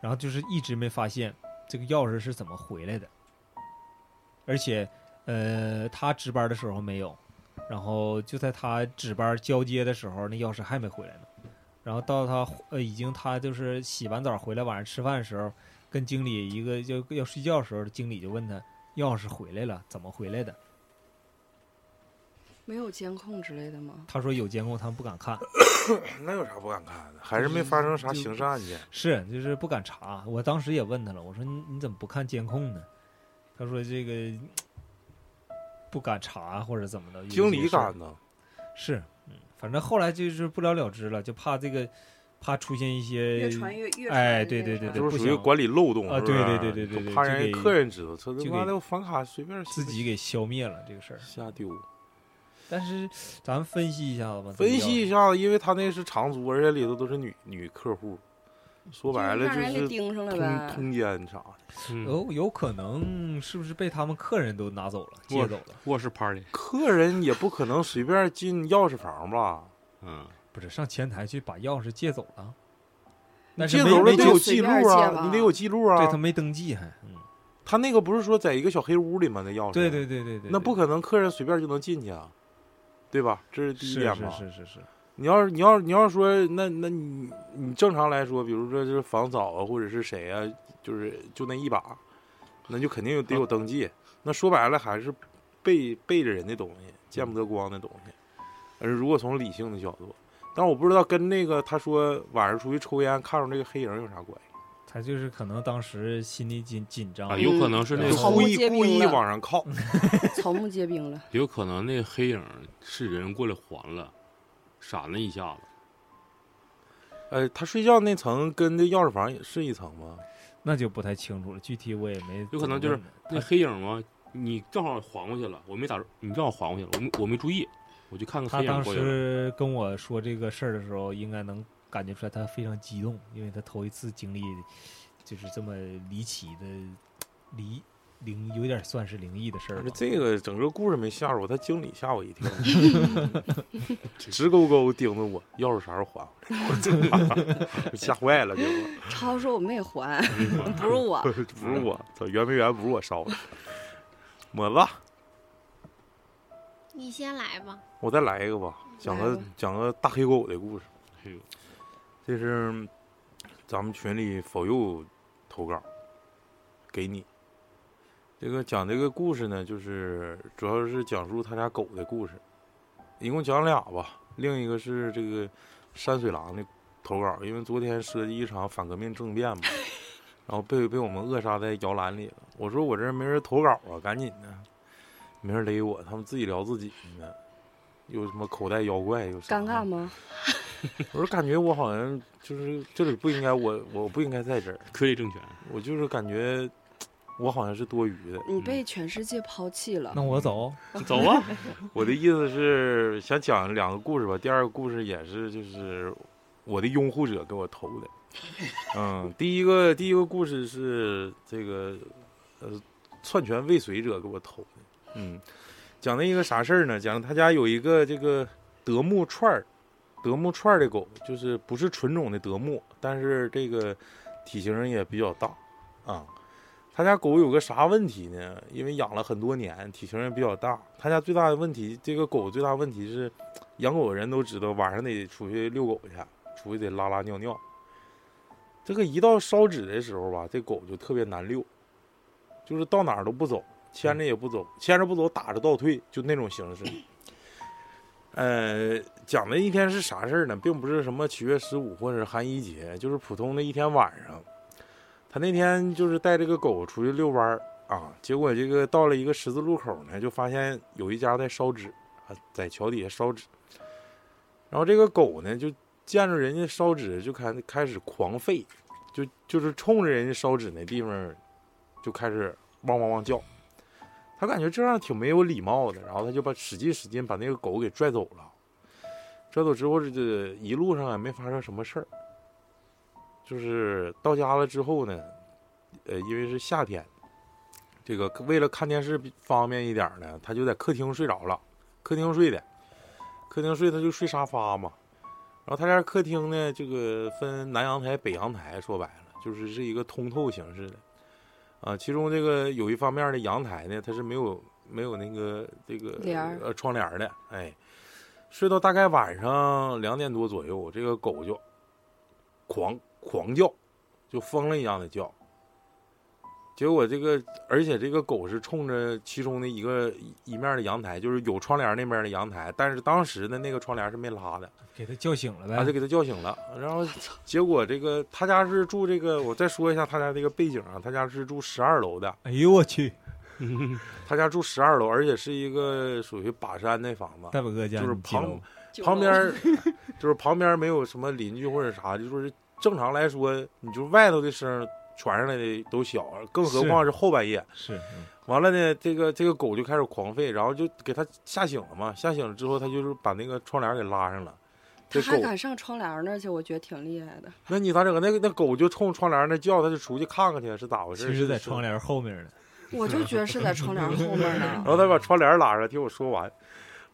然后就是一直没发现这个钥匙是怎么回来的，而且呃，他值班的时候没有，然后就在他值班交接的时候，那钥匙还没回来呢。然后到他呃，已经他就是洗完澡回来，晚上吃饭的时候，跟经理一个要要睡觉的时候，经理就问他钥匙回来了，怎么回来的？
没有监控之类的吗？
他说有监控，他们不敢看，
那有啥不敢看的？还是没发生啥刑事案件？
是就是不敢查。我当时也问他了，我说你你怎么不看监控呢？他说这个不敢查或者怎么的。有一
经
些
理
事儿
敢呢？
是，嗯，反正后来就是不了了之了，就怕这个，怕出现一些
越传越越
哎
传
对
越
对
传
对
就是
不
属于
行
管理漏洞
啊
是不是
对对对对对对
怕
就
让人
给
客人知道，他
就
他妈
给
的我房卡随便
自己给消灭了这个事儿。
瞎丢。
但是咱们分析一下子吧，
分析一
下，
下子，因为他那是长租，而且里头都是女女客户，说白了
让人
就
给
是
盯上了
通
呗。
通奸啥的。
嗯，
有有可能是不是被他们客人都拿走了，借
我
走了？
卧室 party，
客人也不可能随便进钥匙房吧？
嗯，
不是上前台去把钥匙借走了，但是
借
没
走了
没
得
就
登
有
随
记录
便借
啊，
吧
你得有记录啊。
对他没登记还，嗯，
他那个不是说在一个小黑屋里吗？那钥匙？
对对对对对，
那不可能，客人随便就能进去啊。对吧？这是第一
是
点
是
嘛。
是是是，
你要是你要是你要是说那那你你正常来说，比如说就是房嫂啊，或者是谁啊，就是就那一把，那就肯定有得有登记。那说白了还是背背着人的东西，见不得光的东西。而如果从理性的角度，但我不知道跟那个他说晚上出去抽烟看着那个黑影有啥关系。
他就是可能当时心里紧紧张
哎
啊，，有可能是那
对
就
草
故
木
意
皆兵
故意
了
往上靠，
草木皆兵了。
有可能那个黑影是人过来还了，闪了一下子。
呃，他睡觉那层跟这钥匙房也是一层吗？
那就不太清楚了。具体我也没
有可能
怎么
就是
问
那黑影嘛，你正好还过去了，我没打，你正好还过去了，我没我没注意，我就看个
他他
黑影
当
过去了。
时跟我说这个事儿的时候，应该能感觉出来他非常激动，因为他头一次经历就是这么离奇的离灵，有点算是灵异的事儿
不
吧
是。这个整个故事没吓着我，他经理吓我一 跳，直勾勾盯着我，钥匙啥时候还我？ 吓坏了，结果
超说我没 还，
嗯
不是 我。
不是我，操，圆没圆不是我烧的。抹子，
你先来吧。
我再来一个吧，讲
来
个
吧
讲个大黑狗的故事。
哎呦
这是咱们群里否佑投稿，给你。这个讲这个故事呢，就是主要是讲述他家狗的故事，一共讲俩吧。另一个是这个山水狼的投稿，因为昨天设计一场反革命政 变嘛，然后被被我们扼杀在摇篮里了。我说我这没人投稿啊，赶紧的，没人勒我，他们自己聊自己呢。有什么口袋妖怪，有啥
尴尬吗？
我是感觉我好像就是这里不应该，我我不应该在这儿，
科技政权，
我就是感觉我好像是多余的。
你被全世界抛弃了
那。我走，
走啊！
我的意思是想讲两个故事吧，第二个故事也是就是我的拥护者给我投的。嗯，第一个第一个故事是这个呃篡权未遂者给我投的。嗯，讲的一个啥事儿呢？讲他家有一个这个德牧串儿，德牧串儿的狗，就是不是纯种的德牧，但是这个体型也比较大啊。他家狗有个啥问题呢？因为养了很多年，体型也比较大。他家最大的问题，这个狗最大的问题是，养狗的人都知道，晚上得出去遛狗去，出去得拉拉尿尿。这个一到烧纸的时候吧，这狗就特别难遛，就是到哪儿都不走，牵着也不走，牵着不走，打着倒退，就那种形式。呃，讲的一天是啥事儿呢？并不是什么七月十五或者是寒衣节，就是普通的一天晚上。他那天就是带这个狗出去遛弯儿啊，结果这个到了一个十字路口呢，就发现有一家在烧纸啊，在桥底下烧纸。然后这个狗呢，就见着人家烧纸就开开始狂吠，就就是冲着人家烧纸那地方就开始汪汪汪叫。他感觉这样挺没有礼貌的，然后他就把使劲使劲把那个狗给拽走了。拽走之后，这这一路上也没发生什么事儿。就是到家了之后呢，呃，因为是夏天，这个为了看电视比方便一点儿呢，他就在客厅睡着了，客厅睡的，客厅睡他就睡沙发嘛。然后他家客厅呢，这个分南阳台、北阳台，说白了就是是一个通透形式的，啊，其中这个有一方面的阳台呢，它是没有没有那个这个
帘儿
呃窗帘儿的，哎，睡到大概晚上两点多左右，这个狗就狂狂叫，就疯了一样的叫。结果这个，而且这个狗是冲着其中的一个一一面的阳台，就是有窗帘那边的阳台，但是当时的那个窗帘是没拉的，
给他叫醒了
他就
呗。
给他叫醒了。然后结果这个他家是住这个，我再说一下他家这个背景啊，他家是住十二楼的，
哎呦我去，
啊他家住十二楼，而且是一个属于把山那房子，
大表哥家
就是
你记得
旁
吗
旁边儿就是旁边儿没有什么邻居或者啥，就说是正常来说，你就外头的声儿传上来的都小，更何
是
况是后半夜。
是嗯
完了呢，这个这个狗就开始狂吠，然后就给它吓醒了嘛。吓醒了之后，它就是把那个窗帘给拉上了。这
他还
狗，
敢上窗帘那儿去，我觉得挺厉害 的。
那你咋整？那个那狗就冲窗帘那叫，它就出去看看去，是咋回事？
其实，在
是
窗。帘后面呢。
我就觉得是在窗帘后面呢
然。后它把窗帘拉上，听我说完，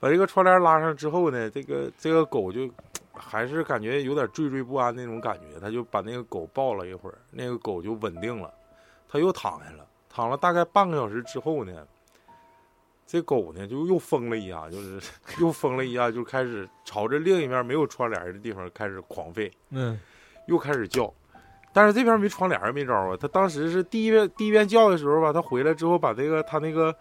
把这个窗帘拉上之后呢，这个这个狗就还是感觉有点惴惴不安那种感觉，它就把那个狗抱了一会儿，那个狗就稳定了，它又躺下了。躺了大概半个小时之后呢，这狗呢就又疯了一下，就是 又疯了一下，就开始朝着另一面没有窗帘的地方开始狂吠，
嗯
又开始叫。但是这边没窗帘没招啊，它当时是第一遍第一遍叫的时候吧，它回来之后把这个它那个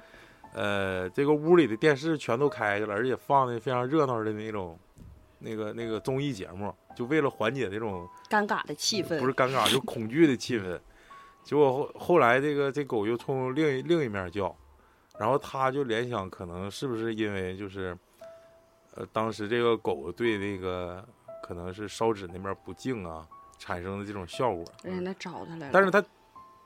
呃这个屋里的电视全都开去了，而且放的非常热闹的那种那个那个综艺节目，就为了缓解这种
尴尬的气氛。
不是尴尬， 就恐惧的气氛。结果后后来这个这狗又冲另一另一面叫，然后他就联想，可能是不是因为就是，呃，当时这个狗对那个可能是烧纸那边不敬啊产生的这种效果。
人家哎找他来了，
但是它，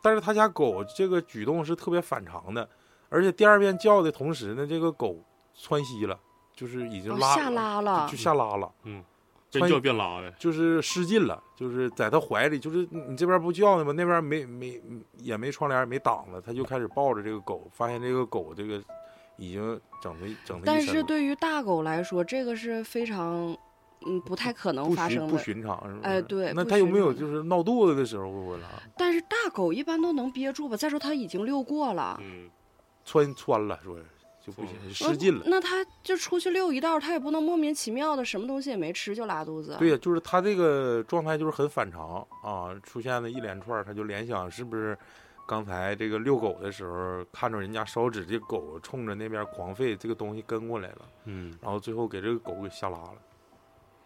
但是他家狗这个举动是特别反常的，而且第二遍叫的同时呢，这个狗窜稀了，就是已经
哦
拉、
下拉了
就，下拉了。
边叫边拉呗，
就是失禁了，就是在他怀里，就是你你这边不叫呢吗？那边没没也没窗帘也没挡着，他就开始抱着这个狗，发现这个狗这个已经整的整的
但
一身
是
了，
对于大狗来说，这个是非常嗯不太可能
不
发
寻
生
不
的。
寻常是吧？
哎对
那
不
他有
寻
没有
常
就是闹肚子的时候会不会拉？
但是大狗一般都能憋住吧？再说它已经溜过了，
嗯，
穿穿了说是就不行，
呃
失禁了。
那它就出去溜一道，它也不能莫名其妙的什么东西也没吃就拉肚子。
对呀，就是他这个状态就是很反常啊，出现了一连串儿，他就联想是不是刚才这个遛狗的时候看着人家烧纸，这狗冲着那边狂吠，这个东西跟过来了。
嗯，
然后最后给这个狗给吓拉了，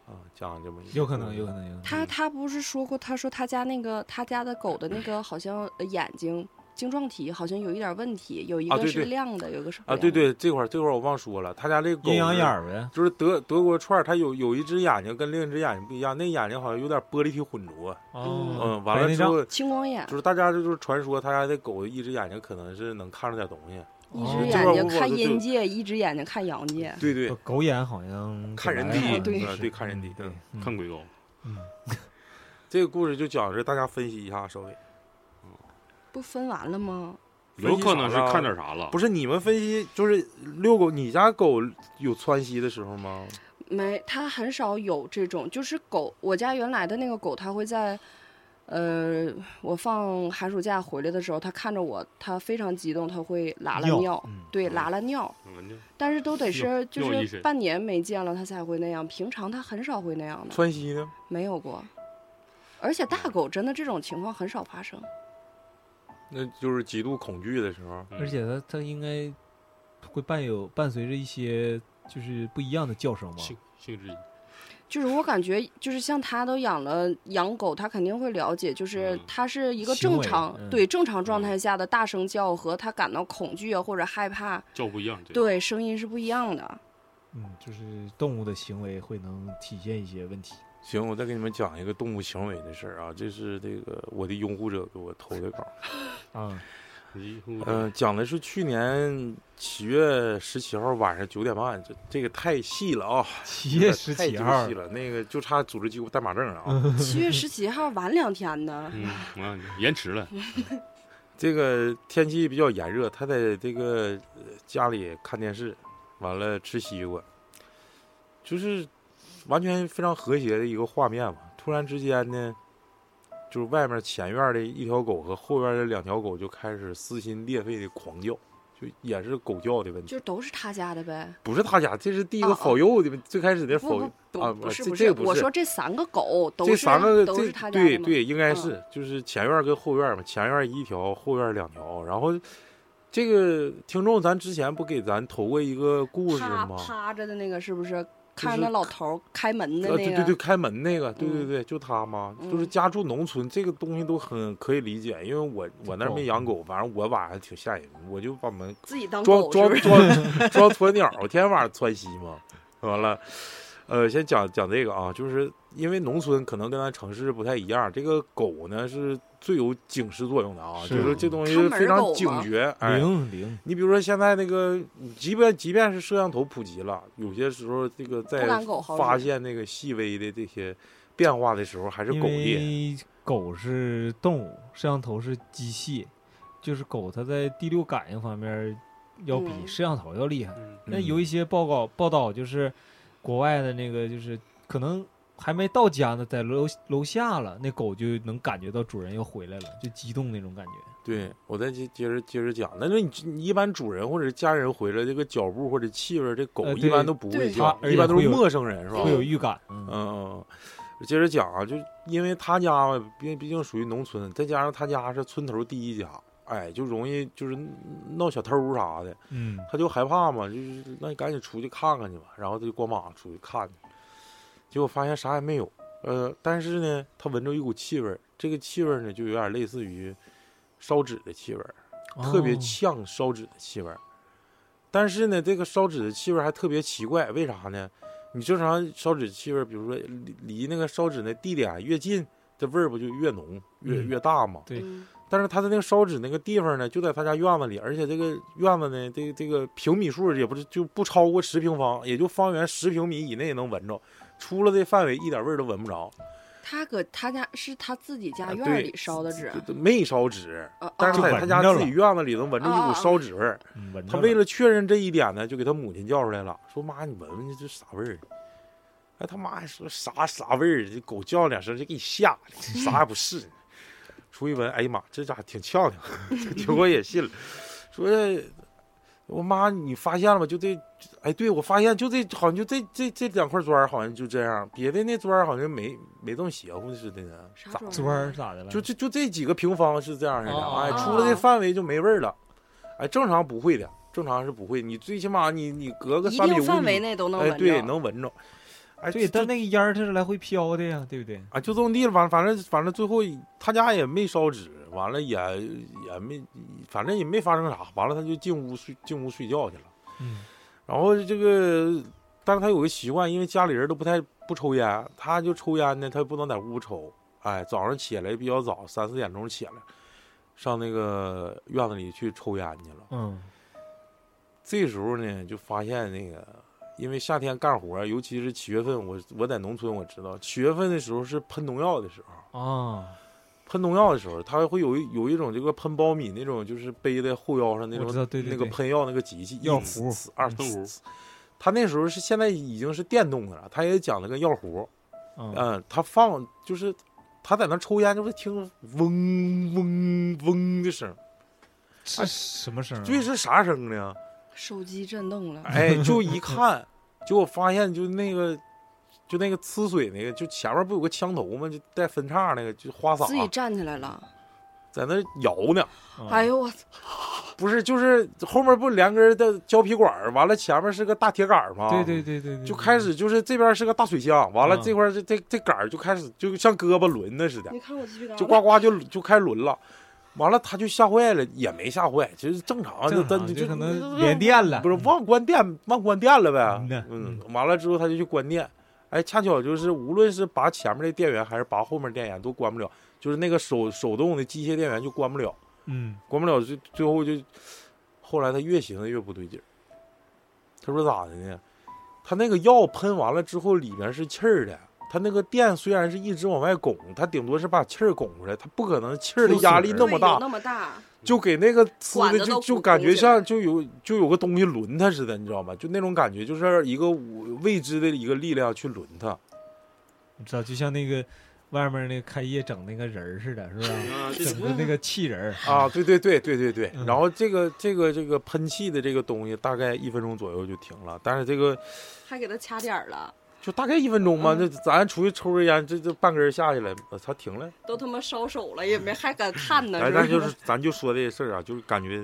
啊，讲这么一个
有可能，
故事
有可能，有可能。
嗯
他他不是说过，他说他家那个他家的狗的那个好像呃眼睛晶状体好像有一点问题，有一
啊
个
对
是
对
亮的，有一个是
啊，
不
对
亮
对，
的，
这块儿这块儿我忘说了，他家这个狗
阴阳
是
眼儿呗，
就是德德国串儿，它有有一只眼睛跟另一只眼睛不一样，那眼睛好像有点玻璃体混浊，
哦
嗯，完了之后
青光眼
就，是大家这就是传说，他家这狗一只眼睛可能是能看着点东西，
一
哦
只
这
眼睛
块儿
看
我
阴
就
界，一只眼睛看阳界。
对对
白内障狗眼好像
看人
低
低，
对
啊对看人低
对，嗯
看鬼狗，
这个故事就讲是大家分析一下，稍微
不分完了吗？
有可能是看
着
点啥了，
不
是
是你们分析，就是遛狗，你家狗有窜稀的时候吗？
没，它很少有这种，就是狗，我家原来的那个狗，它会在，呃，我放寒暑假回来的时候，它看着我，它非常激动，它会拉拉
尿
尿，
嗯
对，
嗯
拉拉尿，
闻着
但是都得是就
尿意
是
识
半年没见了，它才会那样，平常它很少会那样的，
窜稀呢？
没有过。而且大
嗯
狗真的这种情况很少发生，
那就是极度恐惧的时候。
嗯
而且它它应该会伴有伴随着一些就是不一样的叫声吧？
性性质
就是我感觉，就是像它都养了养狗，它肯定会了解，就是
嗯
它是一个
行
正
为
常、
嗯
对正常状态下的大声叫和它感到恐惧啊或者害怕，
叫不一样，这个
对，声音是不一 样的。
嗯，就是动物的行为会能体现一些问题。
行，我再给你们讲一个动物行为的事儿啊，这是这个我的拥护者给我投的稿。
啊，
你嗯
嗯、讲的是去年七月十七号晚上九点半，这这个太细了啊，
七月
这
十
太
七
精
号
细，了，那个就差组织机构代码证了啊。
七月十七号晚两天呢，
嗯啊，延迟了，
这个天气比较炎热，他在这个呃家里看电视，完了吃西瓜，就是完全非常和谐的一个画面吧。突然之间呢，就是外面前院的一条狗和后院的两条狗就开始撕心裂肺的狂叫，就也是狗叫的问题，
就都是他家的呗。
不是他家，这是第一个
啊啊
否幼的，最开始的否
不
幼
不
啊
不，不是
这
不
这个不
我
是
说这三个狗都
这
是
三个
都
这
是他家
对
的吗
对，应该
嗯
是、就是前院跟后院嘛，前院一条，后院两条。然后这个听众，咱之前不给咱投过一个故事
趴
吗？
趴着的那个是不是？看
是
着那老头儿开门的
呃，
那
对
个，
对对，开门那个，对对
嗯
对，就他嘛，就是
嗯
家住农村，这个东西都很可以理解，因为我我那儿没
狗
养狗，反正我晚上挺吓人，我就把门
自己当
装
狗是
装
不是？
装装鸵鸟，天天晚上窜稀嘛。完了，呃，先讲讲这个啊，就是因为农村可能跟咱城市不太一样，这个狗呢是最有警示作用的啊，
是
就是这东西
看门
非常
狗
警
嘛
觉。哎，
零零
你比如说现在那个，即便即便是摄像头普及了，有些时候这个
不
在
敢狗好
发
使
现那个细微的这些变化的时候，还是狗厉害。
因为狗是动物，摄像头是机器，就是狗它在第六感应方面要比
嗯
摄像头要厉害。
嗯
那有一些报告报道就是，国外的那个就是可能还没到家呢，在楼楼下了，那狗就能感觉到主人要回来了，就激动那种感觉。
对，我再接接着接着讲，那那你你一般主人或者家人回来，这个脚步或者气味，这狗
呃
一
对
般都不会
对
叫，
它
一般都
而
是
且会有
陌生人是吧？
会有预感，
嗯
嗯，
嗯，嗯接着讲啊，就因为他家嘛，毕毕竟属于农村，再加上他家是村头第一家，哎，就容易就是闹小偷啥的，
嗯
他就害怕嘛，就是那你赶紧出去看看去吧，然后他就光膀子出去看去，结果发现啥也没有，呃，但是呢，他闻着一股气味儿，这个气味儿呢就有点类似于烧纸的气味儿，特别
哦
呛烧纸的气味儿。但是呢，这个烧纸的气味儿还特别奇怪，为啥呢？你正常烧纸气味儿，比如说离离那个烧纸的地点越近，这味儿不就越浓越
嗯
越大吗？
对
嗯
但是他的那个烧纸那个地方呢，就在他家院子里，而且这个院子呢，这个这个平米数也不是就不超过十平方，也就方圆十平米以内能闻着，出了这范围一点味儿都闻不着。
他搁他家是他自己家
啊
院
对
儿里烧的纸，
就没烧纸，
呃
但是
啊
在他家
哦就闻着
自
了
己院子里能闻着一
啊啊
股
啊
烧纸味儿。
嗯闻着
他为了确认这一点呢，就给他母亲叫出来了，说：“妈，你闻闻这这啥味儿？”哎，他妈还说啥啥味儿？这狗叫两声就给你吓的，啥也不是。 出一闻，哎呀妈，这家伙挺呛挺， 结果也信了，说：“我妈，你发现了吗？就这，哎，对我发现就这，好像就这这这两块砖儿好像就这样，别的那砖儿好像没没这么邪乎似的呢。
啥啊
咋
装
昨儿咋的了？
就这就这几个平方是这样式的，
哦
哎，
哦
出了这范围就没味儿了，哎，正常不会的，正常是不会，你最起码你你隔个
一
三米
定
五
范
米，
围内都能闻
哎，
着。
对，能闻着，哎，
对，
就
但那个烟儿它是来回飘的呀，对不对？
啊就这么地了，反反正反正最后他家也没烧纸，完了也也没，反正也没发生啥，完了他就进屋睡进屋睡觉去了。
嗯，
然后这个，但是他有个习惯，因为家里人都不太不抽烟，他就抽烟呢，他不能在屋抽。哎，早上起来比较早，三四点钟起来，上那个院子里去抽烟去了。
嗯，
这时候呢，就发现那个，因为夏天干活，尤其是七月份，我我在农村我知道，七月份的时候是喷农药的时候。
啊，
喷农药的时候，它会有一有一种这个喷苞米那种，就是背在后腰上那
我
种
知道，对对
那个
对
喷药那个机器，
药
一呲
壶
呲二
嗯
呲呲。他那时候是现在已经是电动的了，他也讲了个药壶，
嗯，
嗯，他放就是他在那抽烟，就是听嗡嗡嗡的声儿，
嗯是什么声儿啊？
这是啥声呢？
手机震动了，
哎，就一看，结果发现就那个就那个呲水那个，就前面不有个枪头吗？就带分叉那个，就花洒
自己站起来了。
在那摇呢。
嗯
哎，呦我操！
不是，就是后面不连根的胶皮管儿，完了前面是个大铁杆儿吗？
对对对对对，
就开始就是这边是个大水箱，完了
嗯
这块儿这这这杆儿就开始就像胳膊轮的似的，
看我鸡皮疙
就呱呱就就开轮了。完了他就吓坏了，也没吓坏，其实正常，啊
正
他
常
就
就
就
可能连电了，
不是忘关电忘关电了
嗯
呗
呐。
嗯，完了之后他就去关电，哎，恰巧就是无论是拔前面的电源还是拔后面电源都关不了，就是那个手手动的机械电源就关不了。
嗯，
管不了，最最后就，后来他越寻思越不对劲儿。他说咋的呢？他那个药喷完了之后，里面是气儿的。他那个电虽然是一直往外拱，他顶多是把气儿拱出来，他不可能气儿的压力那么
对有
大，
那么大，
就给那个呲
管
的
子
就
都
就
鼓
感觉
鼓起来
像就有就有个东西轮他似的，你知道吗？就那种感觉，就是一个无未知的一个力量去轮他。
你知道，就像那个外面那个开业整那个人儿似的，是吧？
啊，这
整的那个气人儿，
啊，对对对对对对
嗯。
然后这个这个这个喷气的这个东西，大概一分钟左右就停了，但是这个。
还给他掐点儿了，
就大概一分钟吧。
嗯
这咱出去抽根烟，这这半根儿下去了，呃它停了。
都他妈烧手了，也没还敢看呢。
哎，
不
但就是咱就说这事儿啊，就是感觉，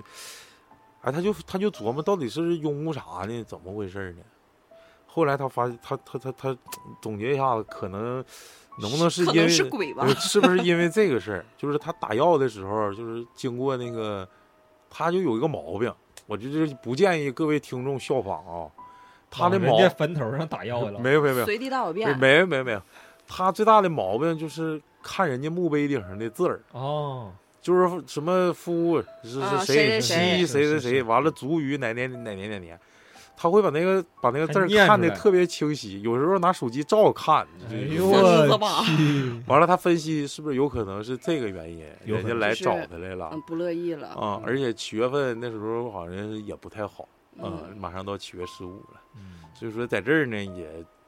哎，他就他就琢磨到底是拥护啥呢？怎么回事呢？后来他发他他他他总结一下子，可能能不能是
可
因为
能是鬼吧
呃？是不是因为这个事儿？就是他打药的时候，就是经过那个，他就有一个毛病，我这就是不建议各位听众效仿啊。他的
往
毛
人家坟头上打药了，
没有没有没有，
随地大小便，
没没没有，他最大的毛病就是看人家墓碑顶上的字儿，
哦，
就是什么夫是
啊
是谁
谁
谁
妻谁
是
谁
是
谁，完了卒于哪年哪年哪年，他会把那个把那个字
还
儿
念
看
出
的
来
特别清晰，有时候拿手机照看，
哎
就
呦
小日子
我
吧
去，
完了他分析是不是有可能是这个原因，
有可
人
能
家来
就是
找他来了
嗯，不乐意了
啊，而且七月份那时候好像也不太好，啊
嗯，
马上到七月十五了，
嗯
所以说在这儿呢也。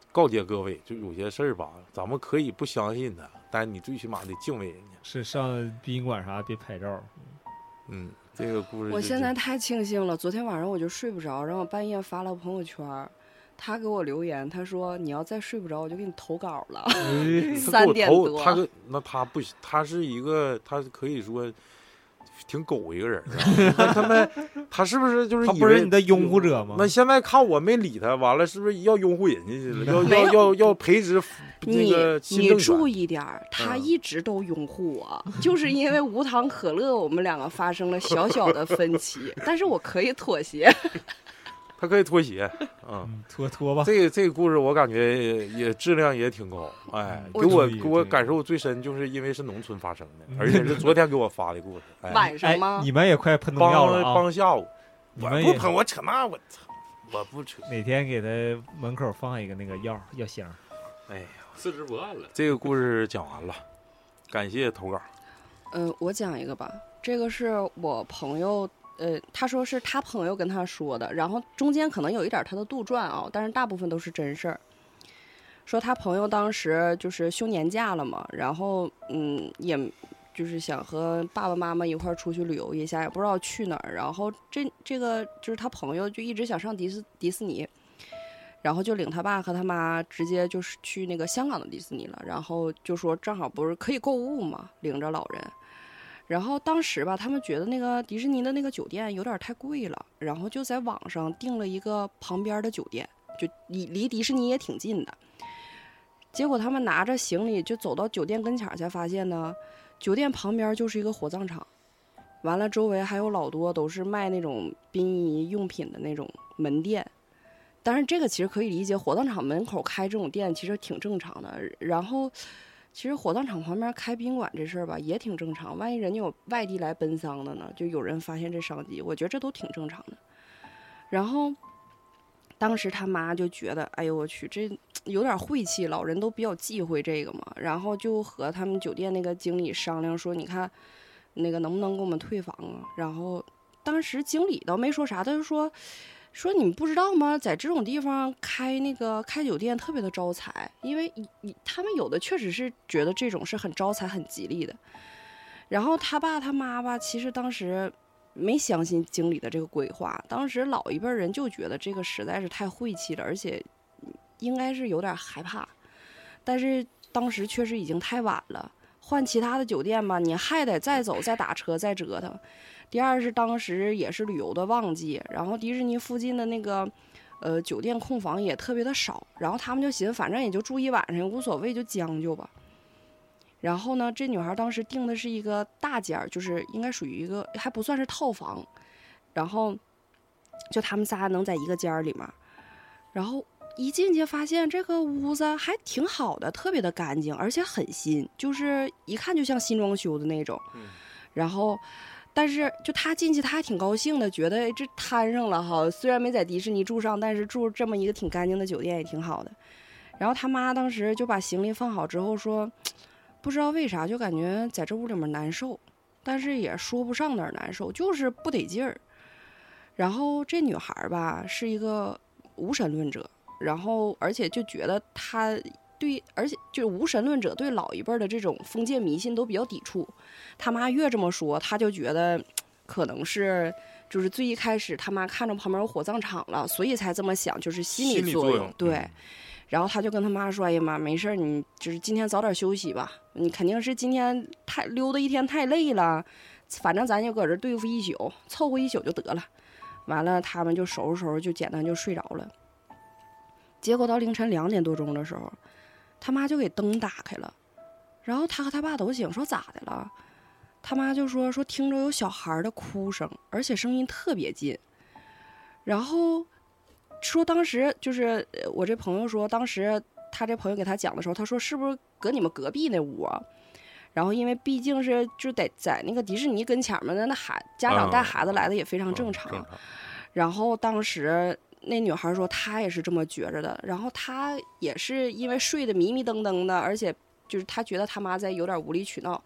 告诫各位，就有些事儿吧，咱们可以不相信他，但你最起码得敬畏人家。
是上殡仪馆啥别拍照，
嗯，这个故事
我
就
现
是
在太庆幸了，昨天晚上我就睡不着，然后半夜发了朋友圈儿，他给我留言，他说你要再睡不着，我就给你投稿 了。
他
三
给
点
我投
多，
他跟那他不行，他是一个，他可以说挺狗一个人儿啊。 他他们他是不是就是
他
以
不是
为
你的拥护者吗？
那现在看我没理他，完了是不是要拥护人家 去了？要
没
要要要培植那
你
个新
你
政
注
权？
意点儿，他
嗯
一直都拥护我，就是因为无糖可乐，我们两个发生了小小的分歧， 但是我可以妥协。
他可以脱鞋，嗯。
嗯，拖拖吧，
这个这个故事我感觉也也质量也挺高，哎，
我
嗯
给我
注意
给我
这个
感受最深，就是因为是农村发生的
嗯，
而且是昨天给我发的故事，哎，
晚上
哎
吗，？
你们也快喷农
帮
药了啊！
帮下午，
你
我
们
不
也
喷，我扯那我操，我不扯，
哪天给他门口放一个那个药药箱，
哎呀。
四肢不按了。
这个故事讲完了，感谢投稿。
呃，我讲一个吧，这个是我朋友，呃，他说是他朋友跟他说的，然后中间可能有一点儿他的杜撰啊、但是大部分都是真事儿。说他朋友当时就是休年假了嘛，然后嗯，也就是想和爸爸妈妈一块儿出去旅游一下，也不知道去哪儿。然后这这个就是他朋友就一直想上迪斯迪士尼，然后就领他爸和他妈直接就是去那个香港的迪士尼了。然后就说正好不是可以购物嘛，领着老人。然后当时吧，他们觉得那个迪士尼的那个酒店有点太贵了，然后就在网上订了一个旁边的酒店，就离离迪士尼也挺近的。结果他们拿着行李就走到酒店跟前儿，才发现呢，酒店旁边就是一个火葬场，完了周围还有老多都是卖那种殡仪用品的那种门店。但是这个其实可以理解，火葬场门口开这种店其实挺正常的。然后其实火葬场旁边开宾馆这事儿吧，也挺正常。万一人家有外地来奔丧的呢，就有人发现这商机，我觉得这都挺正常的。然后当时他妈就觉得，哎呦我去，这有点晦气，老人都比较忌讳这个嘛。然后就和他们酒店那个经理商量说，你看那个能不能给我们退房啊？然后当时经理倒没说啥，他就说。说你们不知道吗？在这种地方开那个开酒店特别的招财，因为你你他们有的确实是觉得这种是很招财、很吉利的。然后他爸他妈吧，其实当时没相信经理的这个规划，当时老一辈人就觉得这个实在是太晦气了，而且应该是有点害怕。但是当时确实已经太晚了，换其他的酒店吧，你还得再走、再打车、再折腾。第二是当时也是旅游的旺季，然后迪士尼附近的那个呃酒店空房也特别的少，然后他们就寻思反正也就住一晚上，无所谓就将就吧。然后呢，这女孩当时订的是一个大间儿，就是应该属于一个还不算是套房，然后就他们仨能在一个间儿里面儿，然后一进去发现这个屋子还挺好的，特别的干净，而且很新，就是一看就像新装修的那种。然后，但是就他进去，他还挺高兴的，觉得哎这摊上了哈。虽然没在迪士尼住上，但是住这么一个挺干净的酒店也挺好的。然后他妈当时就把行李放好之后说，不知道为啥就感觉在这屋里面难受，但是也说不上哪儿难受，就是不得劲儿。然后这女孩儿吧是一个无神论者，然后而且就觉得她对，而且就是无神论者对老一辈儿的这种封建迷信都比较抵触。他妈越这么说，他就觉得可能是就是最一开始他妈看着旁边有火葬场了，所以才这么想，就是心
心理
作
作用
对。
嗯
然后他就跟他妈说：“哎呀妈，没事儿，你就是今天早点休息吧，你肯定是今天太溜达一天太累了，反正咱就搁这儿对付一宿，凑合一宿就得了。”完了，他们就收拾收拾，就简单就睡着了。结果到凌晨两点多钟的时候，他妈就给灯打开了，然后他和他爸都醒，说咋的了？他妈就说说听着有小孩儿的哭声，而且声音特别近，然后说当时就是呃我这朋友说，当时他这朋友给他讲的时候，他说是不是搁你们隔壁那屋啊？然后因为毕竟是就得在那个迪士尼跟前儿嘛，那那孩家长带
啊
孩子来的也非常
嗯
正常。
正常。
然后当时那女孩说她也是这么觉着的，然后她也是因为睡得迷迷瞪瞪的，而且就是她觉得她妈在有点无理取闹，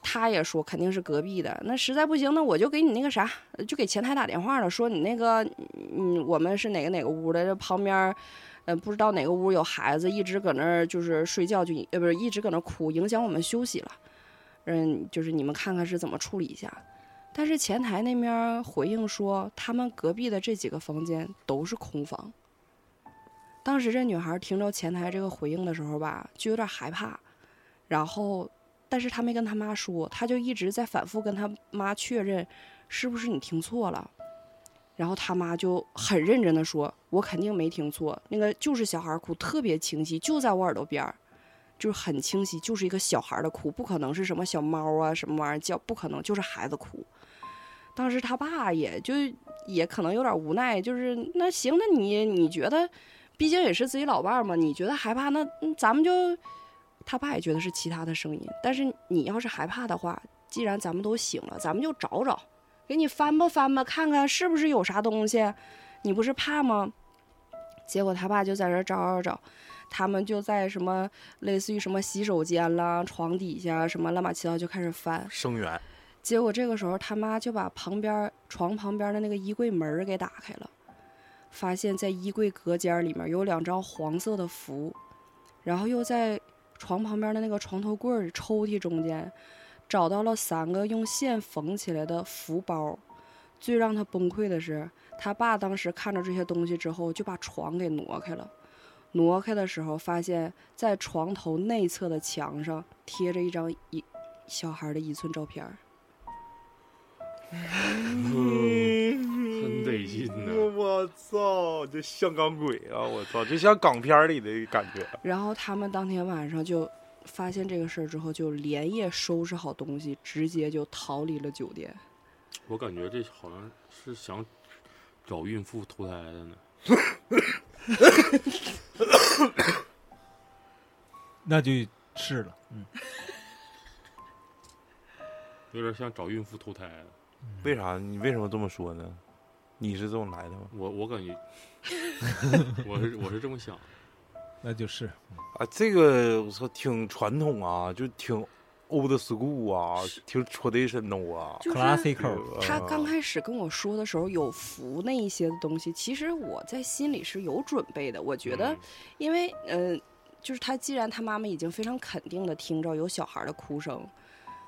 她也说肯定是隔壁的。那实在不行，那我就给你那个啥，就给前台打电话了，说你那个嗯，我们是哪个哪个屋的，这旁边。嗯，不知道哪个屋有孩子，一直搁那儿就是睡觉就呃不是一直搁那儿哭，影响我们休息了。嗯，就是你们看看是怎么处理一下。但是前台那边回应说，他们隔壁的这几个房间都是空房。当时这女孩听着前台这个回应的时候吧，就有点害怕，然后，但是她没跟她妈说，她就一直在反复跟她妈确认，是不是你听错了。然后他妈就很认真的说：“我肯定没听错，那个就是小孩哭，特别清晰，就在我耳朵边儿，就是很清晰，就是一个小孩的哭，不可能是什么小猫啊什么玩意儿叫，不可能就是孩子哭。”当时他爸也就也可能有点无奈，就是那行，那你你觉得，毕竟也是自己老伴儿嘛，你觉得害怕，那嗯咱们就，他爸也觉得是其他的声音，但是你要是害怕的话，既然咱们都醒了，咱们就找找。给你翻吧翻吧，看看是不是有啥东西。你不是怕吗？结果他爸就在这儿找找找，他们就在什么类似于什么洗手间啦、床底下什么乱七八糟就开始翻。
生源，
结果这个时候他妈就把旁边儿床旁边的那个衣柜门儿给打开了，发现在衣柜隔间儿里面有两张黄色的符，然后又在床旁边的那个床头柜儿抽屉中间找到了三个用线缝起来的符包。最让他崩溃的是，他爸当时看着这些东西之后，就把床给挪开了。挪开的时候，发现在床头内侧的墙上贴着一张一小孩的一寸照片儿。
真得劲呢。
嗯我操，这香港鬼啊！我操，这像港片儿里的感觉。
然后他们当天晚上就发现这个事儿之后，就连夜收拾好东西，直接就逃离了酒店。
我感觉这好像是想找孕妇投胎的呢。
那就是了，嗯，
有点像找孕妇投胎的。
为啥？你为什么这么说呢？你是这么来的吗？
我我感觉，我是我是这么想的，
那就是
啊，这个我操，挺传统啊，就挺 old school 啊，挺 traditional 啊。
就是
classical，
他
呃
刚开始跟我说的时候有符那一些的东西，其实我在心里是有准备的。我觉得
嗯，
因为嗯、呃就是他既然他妈妈已经非常肯定的听着有小孩的哭声。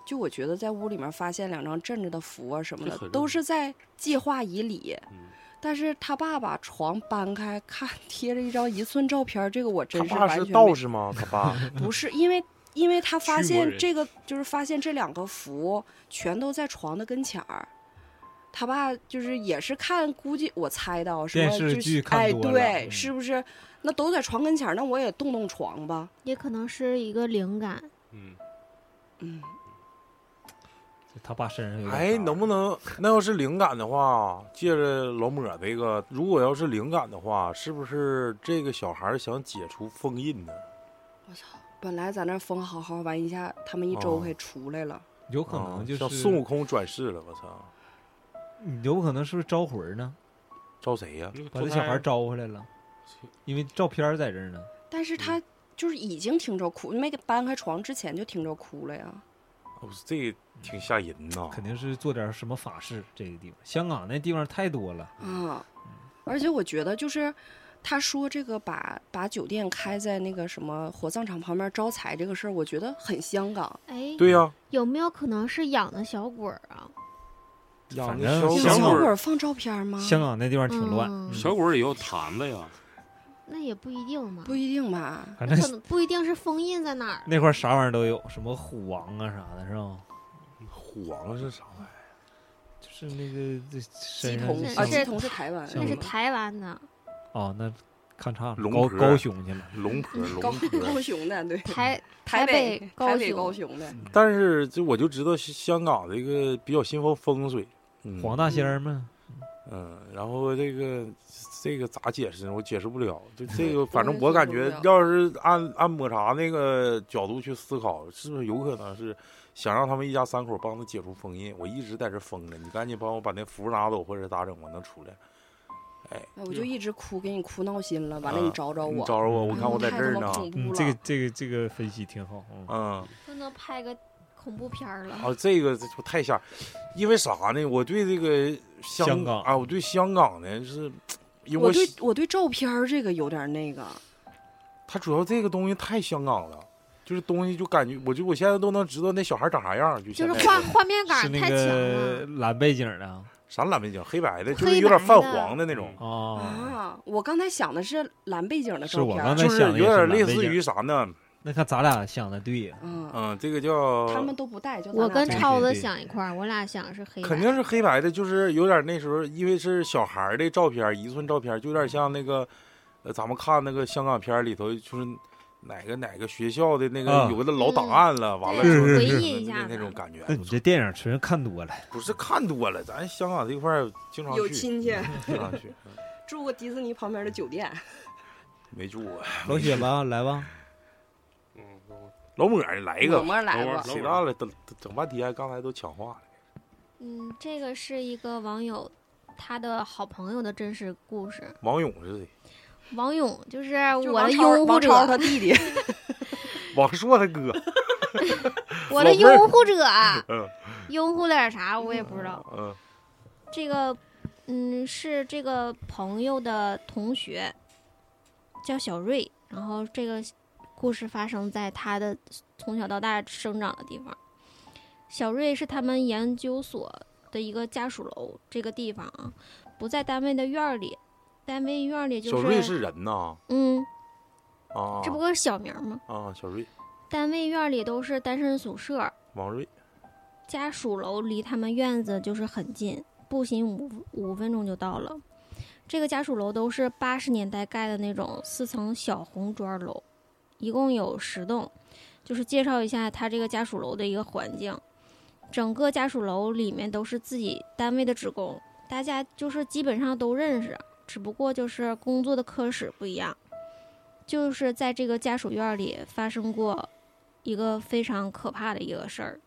就我觉得在屋里面发现两张镇着的符啊什么
这很
的，
正
都
常
是在计划以里，
嗯，
但是他爸把床搬开，看贴着一张一寸照片儿，这个我真
他
是
爸
完
是
全
道
没
士吗？他 爸
不是因为，因为他
驱魔
发现
人
这个就是发现这两个符全都在床的跟前儿。他爸就是也是看，估计我猜到什么
电视
就是
剧看
哎，
多
对，
了
是不是？那都在床跟前儿，那我也动动床吧。
也可能是一个灵感。
嗯，
嗯，
他爸身上有点
哎，
啥
能不能？那要是灵感的话，借着老抹这个，如果要是灵感的话，是不是这个小孩儿想解除封印呢？
本来在那儿风好好完，一下他们一周开出来了。
有可能就
像
是
啊哦孙悟空转世了，我操，
有可能是不是招魂儿呢？
招谁呀、
把这小孩招回来了，因为照片儿在这儿呢。
但是他就是已经听着哭，没给搬开床之前就听着哭了呀。
哦这挺吓人呐、
肯定是做点什么法事。这个地方，香港那地方太多了。
啊，而且我觉得就是他说这个把把酒店开在那个什么火葬场旁边招财这个事儿，我觉得很香港。
哎，
对呀、
有没有可能是养的小鬼儿啊？
养
嗯反
的
正
小
小
香
鬼
港
鬼
儿
儿放照片吗？
香港那地方挺乱，
嗯
小鬼儿也要坛子呀，
那也不一定嘛，
不一定吧？
反
那
正
可能不一定是封印在哪儿。
那块儿啥玩意儿都有，什么虎王啊啥的，是吧？
虎王是啥玩意儿？
就是那个这
鸡
身上
同
就
啊，
像
鸡同是台湾，
像
那是
嗯
台湾的，
哦，那看差了，
龙
高
婆
高雄去了。
龙 婆，龙
高高
婆。
雄的，对，
台
台
北
北
高
台北
雄
高雄的，
但是这我就知道是香港这个比较信奉风水，嗯
黄大仙儿嘛，
嗯，然后这个这个咋解释呢？我解释不了。就这个，
嗯
反正
我
我
也
感
解释
觉
不，了
要是按按抹茶那个角度去思考，是不是有可能是想让他们一家三口帮他解除封印？我一直在这封着，你赶紧帮我把那符拿走，或者咋整？我能出来。哎，
哎我就一直哭，给你哭闹心了。完了，
啊
你找找
你
我，
找找我，我
嗯
看我在这
太他
儿
妈
呢。
恐怖
嗯，
了。
这个这个这个分析挺好。嗯，
嗯，
不能拍个恐怖片儿了。
啊，这个这就太吓，因为啥呢？我对这个香
香港
啊，我对香港呢是因为
我
我
对
喜
我对照片儿这个有点那个，
它主要这个东西太香港了，就是东西就感觉，我就我现在都能知道那小孩长啥样，就
就
现
是
在
画画面
是
感
那
太强
个
了。
蓝背景的啊
啥蓝背景，黑白的，就
黑
是有点
白
泛
的
黄的那种，
哦，
啊，我刚才想的是蓝背景的
是
照
我
片
刚
儿，
才
就
想的
有
也是
点
蓝
类
背
似
景
于啥呢？
那看咱俩想的对，
嗯，
嗯，这个叫
他们都不带，就咱
我
俩
跟
带
对
超
对
子
对
想一块儿，我俩想是黑白。
肯定是黑白的，就是有点那时候，因为是小孩儿的照片儿，一寸照片儿，就有点像那个，呃，咱们看那个香港片儿里头，就是哪个哪个学校的那个
啊
有的老档案了，完了
嗯对
之后
回
那
忆一
那
下
那
子
种感觉，
哎那你这电影纯看多了，
不是看多了，咱香港这块儿经常
有
去，
亲戚
经常去，
住过迪士尼旁边的酒店，
没住啊过。
老雪吧，来吧，
嗯，
老抹儿来一个
我，们来
等会
过
儿，
谁大了？等整半天，刚才都抢话了。
嗯，这个是一个网友他的好朋友的真实故事。
王勇是谁？
王勇就是
就
我
王
的
超
拥护
王超
者，
他 弟弟，
王朔他哥，
我的
老妹儿
拥护者，
嗯
拥护点啥我也不知道。
嗯
这个，嗯，是这个朋友的同学，叫小瑞。然后这个故事发生在他的从小到大生长的地方。小瑞是他们研究所的一个家属楼，这个地方啊，不在单位的院儿里。单位院儿里就
小瑞是人呐，
嗯，
啊
这不过是小名儿吗？
啊，小瑞，
单位院儿里都是单身宿舍，
王瑞，
家属楼离他们院子就是很近，步行五五分钟就到了。这个家属楼都是八十年代盖的那种四层小红砖楼，一共有十栋。就是介绍一下它这个家属楼的一个环境，整个家属楼里面都是自己单位的职工，大家就是基本上都认识，只不过就是工作的科室不一样。就是在这个家属院里发生过一个非常可怕的一个事儿，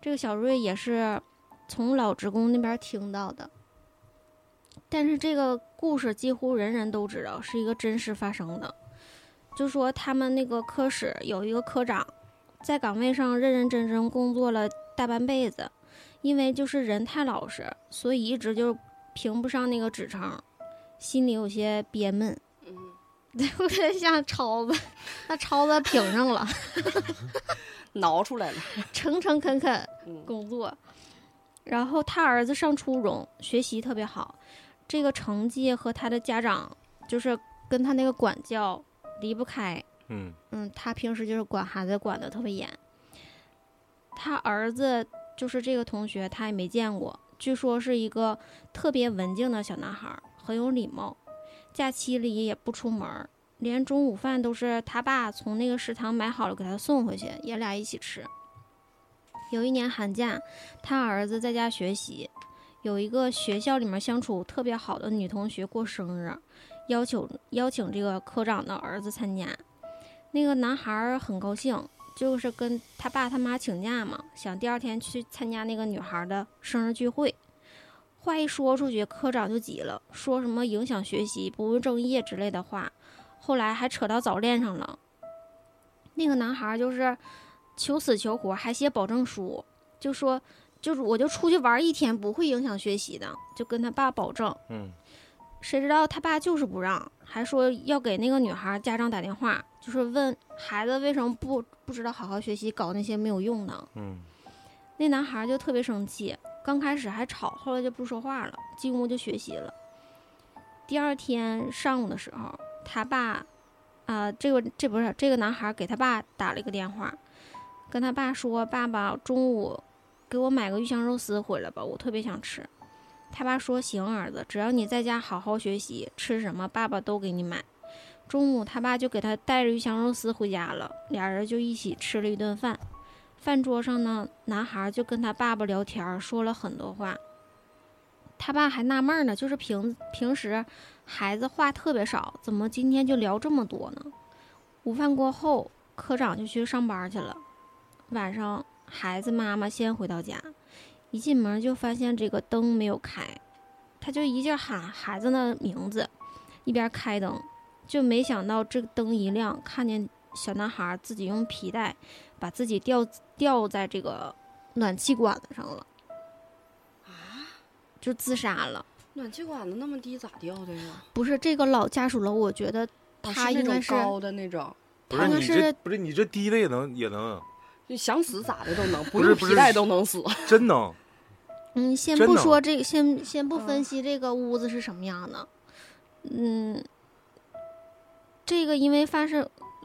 这个小瑞也是从老职工那边听到的，但是这个故事几乎人人都知道是一个真实发生的。就说他们那个科室有一个科长，在岗位上认认真真工作了大半辈子，因为就是人太老实，所以一直就评不上那个职称，心里有些憋闷。
嗯，
我得像超子，那超子评上了，
挠出来了，
诚诚恳恳，
嗯，
工作。然后他儿子上初中，学习特别好，这个成绩和他的家长就是跟他那个管教离不开。
嗯，
嗯，他平时就是管孩子管的特别严。他儿子就是这个同学，他也没见过，据说是一个特别文静的小男孩儿，很有礼貌，假期里也不出门儿，连中午饭都是他爸从那个食堂买好了给他送回去，爷俩一起吃。有一年寒假，他儿子在家学习，有一个学校里面相处特别好的女同学过生日，邀请邀请这个科长的儿子参加。那个男孩儿很高兴，就是跟他爸他妈请假嘛，想第二天去参加那个女孩儿的生日聚会。话一说出去，科长就急了，说什么影响学习、不务正业之类的话，后来还扯到早恋上了。那个男孩儿就是求死求活，还写保证书，就说就是我就出去玩一天，不会影响学习的，就跟他爸保证。
嗯，
谁知道他爸就是不让，还说要给那个女孩家长打电话，就是问孩子为什么不不知道好好学习，搞那些没有用的。
嗯，
那男孩就特别生气，刚开始还吵，后来就不说话了，进屋就学习了。第二天上午的时候，他爸，啊、这个这不是这个男孩给他爸打了一个电话，跟他爸说：“爸爸，中午给我买个鱼香肉丝回来吧，我特别想吃。”他爸说：“行，儿子，只要你在家好好学习，吃什么爸爸都给你买。”中午，他爸就给他带着鱼香肉丝回家了，俩人就一起吃了一顿饭。饭桌上呢，男孩就跟他爸爸聊天儿，说了很多话。他爸还纳闷儿呢，就是平平时孩子话特别少，怎么今天就聊这么多呢？午饭过后，科长就去上班去了。晚上，孩子妈妈先回到家，一进门就发现这个灯没有开，他就一劲儿喊孩子的名字，一边开灯，就没想到这个灯一亮，看见小男孩自己用皮带把自己吊吊在这个暖气管子上了，就自杀了。
啊暖气管子那么低咋掉的呀？
不是这个老家属楼，我觉得
啊
他
是那
应该
种
是
高的那种，
不
他
是
们
你
是
这不是你这低的也能也能，
就想死咋的都能，不
不是
用
不
皮
是
带都能死。
真能。
嗯，先
真
不
的
说
吗
这个，先先不分
嗯
析这个屋子是什么样的，嗯，这个因为发生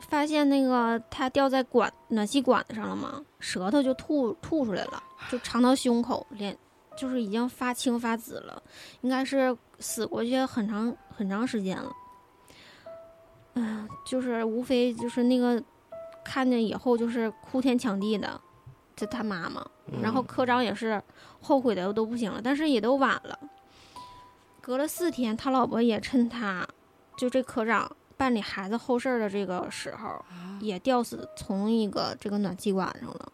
发现那个它掉在管暖气管子上了嘛，舌头就吐吐出来了，就尝到胸口，脸就是已经发青发紫了，应该是死过去很长很长时间了。嗯，就是无非就是那个看见以后就是哭天抢地的，这他妈妈。然后科长也是后悔的都不行了，但是也都晚了。隔了四天，他老婆也趁他就这科长办理孩子后事儿的这个时候，
啊
也吊死从一个这个暖气管上了。